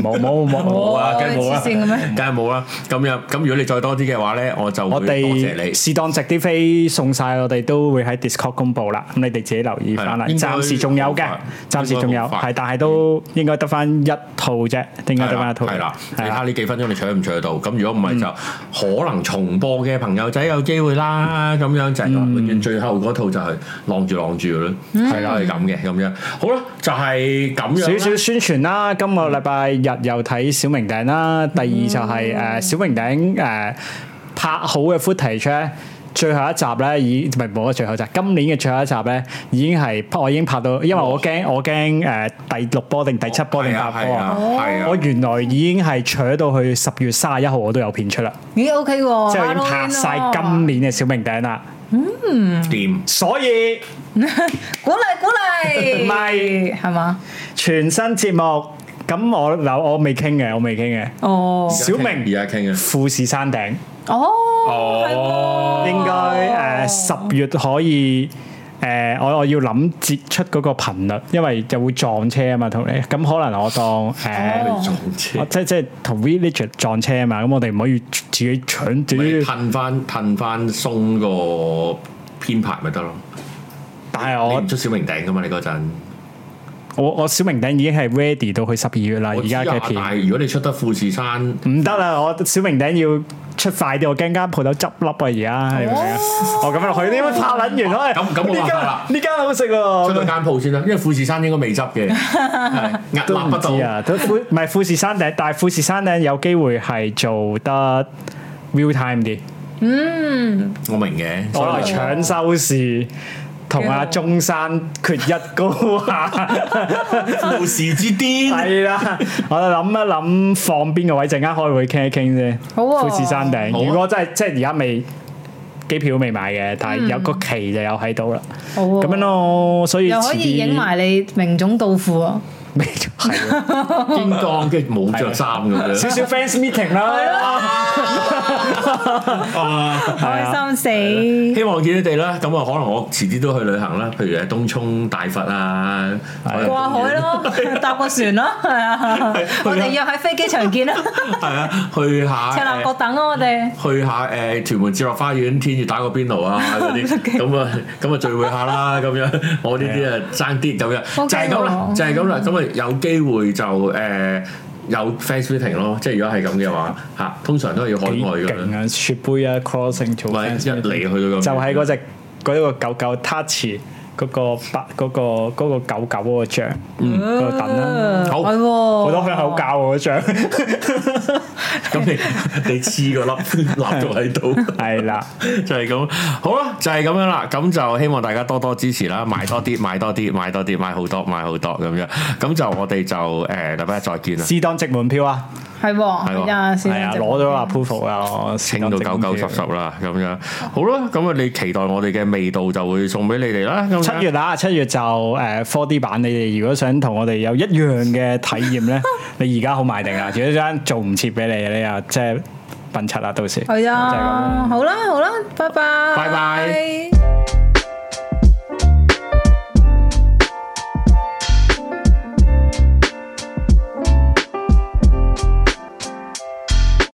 [SPEAKER 3] [laughs] 冇冇冇冇
[SPEAKER 1] 冇啊，
[SPEAKER 2] 哦
[SPEAKER 1] 梗係冇
[SPEAKER 3] à.
[SPEAKER 1] 啦，
[SPEAKER 2] 黐線嘅咩
[SPEAKER 1] 梗係冇啦。咁樣咁如果你再多啲嘅話咧，我就會
[SPEAKER 3] 我
[SPEAKER 1] 多謝
[SPEAKER 3] 哋
[SPEAKER 1] 你。
[SPEAKER 3] 適當值啲飛送晒，我哋都會喺 Discord 公佈啦。咁你哋自己留意翻啦。
[SPEAKER 1] 係啦應該
[SPEAKER 3] 暫時仲有嘅
[SPEAKER 1] 好快，
[SPEAKER 3] 暫時仲有，
[SPEAKER 1] 應該好快
[SPEAKER 3] 係但係都應該得翻一套啫，應該得翻一套。
[SPEAKER 1] 係啦，
[SPEAKER 3] 係啊嗯
[SPEAKER 1] 睇下
[SPEAKER 3] 啦，
[SPEAKER 1] 呢幾分鐘你搶唔搶得到。咁如果唔係就可能重播嘅朋友仔有機會啦。
[SPEAKER 3] 嗯
[SPEAKER 1] 咁樣就係永遠最後嗰套就係晾住晾住咯，係啦係咁嘅咁樣。好啦，就係咁樣
[SPEAKER 3] 嗯少
[SPEAKER 1] 啦。
[SPEAKER 3] 少宣傳啦。今個禮拜日又睇小明頂啦。
[SPEAKER 1] 嗯
[SPEAKER 3] 第二就係誒小明頂誒呃拍好嘅 footage 咧。最後一集咧，已唔係冇得最後一集，今年嘅最後一集咧，已經係我已經拍到，因為我驚我驚誒、呃第六波定第七波定
[SPEAKER 1] 係
[SPEAKER 3] 八
[SPEAKER 1] 啊係
[SPEAKER 3] 波啊
[SPEAKER 1] 啊。係啊
[SPEAKER 3] 我。原來已經係扯到去十月三十一號，我都有片出啦，
[SPEAKER 2] 咦 OK 喎，
[SPEAKER 1] 哦
[SPEAKER 3] 即係我已經拍晒今年嘅小明頂啦。
[SPEAKER 1] 掂。
[SPEAKER 3] 所以
[SPEAKER 2] 鼓勵鼓勵，
[SPEAKER 3] 咪
[SPEAKER 2] 係嘛？
[SPEAKER 3] 全新節目，咁我嗱我未傾嘅，我未傾嘅。
[SPEAKER 2] 哦
[SPEAKER 3] 小明
[SPEAKER 1] 而家傾啊嘅。
[SPEAKER 3] 富士山頂
[SPEAKER 2] 哦，係喎
[SPEAKER 3] 應該誒呃十、月可以誒、我我要諗節出嗰個頻率，因為就會撞車啊嘛，同你咁可能我當誒。
[SPEAKER 2] 哦
[SPEAKER 1] 撞
[SPEAKER 3] 我
[SPEAKER 1] 車。
[SPEAKER 3] 即即係同 Village 撞車啊嘛，咁我哋唔可以自己搶自己
[SPEAKER 1] 褪翻褪翻鬆個編排咪得咯。
[SPEAKER 3] 但係
[SPEAKER 1] 你
[SPEAKER 3] 我
[SPEAKER 1] 唔出小明頂噶嘛？你嗰陣。
[SPEAKER 3] 我我小明頂已經係 ready 到去十二月啦，而家
[SPEAKER 1] 我知
[SPEAKER 3] 嘅
[SPEAKER 1] 啊
[SPEAKER 3] 片
[SPEAKER 1] 但係如果你出得富士山。
[SPEAKER 3] 唔得啦，我小明頂要出快啲，我驚間鋪頭執笠啊！而家你明唔明啊？
[SPEAKER 2] 哦
[SPEAKER 3] 我咁落去點樣拍撚完？
[SPEAKER 1] 哦咁咁
[SPEAKER 3] 我
[SPEAKER 1] 冇辦法
[SPEAKER 3] 呢
[SPEAKER 1] 啦
[SPEAKER 3] 間呢間好食
[SPEAKER 1] 出到
[SPEAKER 3] 喎，
[SPEAKER 1] 間鋪先啦，因為富士山應該未執嘅，
[SPEAKER 3] [laughs]
[SPEAKER 1] 係屹
[SPEAKER 3] 都
[SPEAKER 1] 立
[SPEAKER 3] 唔
[SPEAKER 1] 不倒
[SPEAKER 3] 知。啊！都富唔係富士山頂，但係富士山頂有機會係做得 real time 啲，
[SPEAKER 2] 嗯，
[SPEAKER 1] 我明嘅，
[SPEAKER 3] 我嚟搶收視。同阿中山缺一高
[SPEAKER 1] [laughs]
[SPEAKER 3] 下，
[SPEAKER 1] 富士之巔。
[SPEAKER 3] 係啦，我就諗一諗放邊個位，陣間開會傾一傾先。
[SPEAKER 2] 好喎
[SPEAKER 3] 富士山頂，
[SPEAKER 1] 好啊
[SPEAKER 3] 如果真係即係而家未機票未買嘅，但係有個期就有喺度啦。
[SPEAKER 2] 嗯好喎
[SPEAKER 3] 咁樣，咯，所以
[SPEAKER 2] 又可
[SPEAKER 3] 遲
[SPEAKER 2] 以
[SPEAKER 3] 啲
[SPEAKER 2] 影，埋你明種到父啊！
[SPEAKER 3] 未 [laughs] 係啊
[SPEAKER 1] 天光跟住冇着衫咁樣
[SPEAKER 3] 少。 [laughs] 少 fans meeting 啦，
[SPEAKER 2] 開心死！
[SPEAKER 1] 希望見你哋啦，咁啊可能我遲啲都去旅行啦，譬如喺東涌大佛啊，可能
[SPEAKER 2] 過海咯，搭個船咯，係啊！我哋約喺飛機場見啦，
[SPEAKER 1] 係啊，去下
[SPEAKER 2] 赤鱲角
[SPEAKER 1] 誒
[SPEAKER 2] 等啊！我哋
[SPEAKER 1] 去下誒屯門置樂花園天月打個邊爐啊嗰
[SPEAKER 2] [laughs]
[SPEAKER 1] 啲，咁啊咁啊聚會下啦咁樣，我呢啲啊爭啲咁樣，就係咁啦，就係咁
[SPEAKER 2] 嗯
[SPEAKER 1] 啦，咁啊有機會就誒有 fans meeting 咯，即係如果係咁嘅話嚇，通常都係要海
[SPEAKER 3] 幾
[SPEAKER 1] 外㗎啦
[SPEAKER 3] 勁。啊！雪杯啊，crossing 做
[SPEAKER 1] 咪一
[SPEAKER 3] fans meeting
[SPEAKER 1] 嚟去到咁，
[SPEAKER 3] 就係嗰只嗰個狗狗 touch 嗰個白嗰個嗰個狗狗嗰個像嗰度等啦，
[SPEAKER 2] 嗯
[SPEAKER 1] 好
[SPEAKER 2] 係喎，
[SPEAKER 3] 好多香口膠喎嗰張，
[SPEAKER 1] 咁你 [laughs] 你黐個粒 [laughs] 蠟燭喺度， [laughs]
[SPEAKER 3] 係啦，
[SPEAKER 1] 就係咁。好啦，就係咁樣啦。咁就希望大家多多支持啦，買多啲，買多啲，買多啲，買好多，買好多咁樣。咁就我哋就誒禮拜一再見啦。
[SPEAKER 3] 試當值門票啊，
[SPEAKER 2] 係喎，
[SPEAKER 1] 係喎
[SPEAKER 2] 係啊，先
[SPEAKER 3] 係
[SPEAKER 2] 生
[SPEAKER 3] 啊，
[SPEAKER 2] 直
[SPEAKER 3] 攞
[SPEAKER 2] 播
[SPEAKER 3] 咗 approval 啊，我
[SPEAKER 1] 清到九九十十啦，咁樣好啦，咁啊你期待我哋嘅味道就會送俾你哋啦。咁樣
[SPEAKER 3] 七月啊，七月就誒 4D 版，你哋如果想同我哋有一樣嘅體驗咧，你而家好埋定啊！如果陣做唔切俾你，你又即係笨柒啦，到時。
[SPEAKER 2] 係啊，好啦好啦，拜拜，
[SPEAKER 1] 拜拜。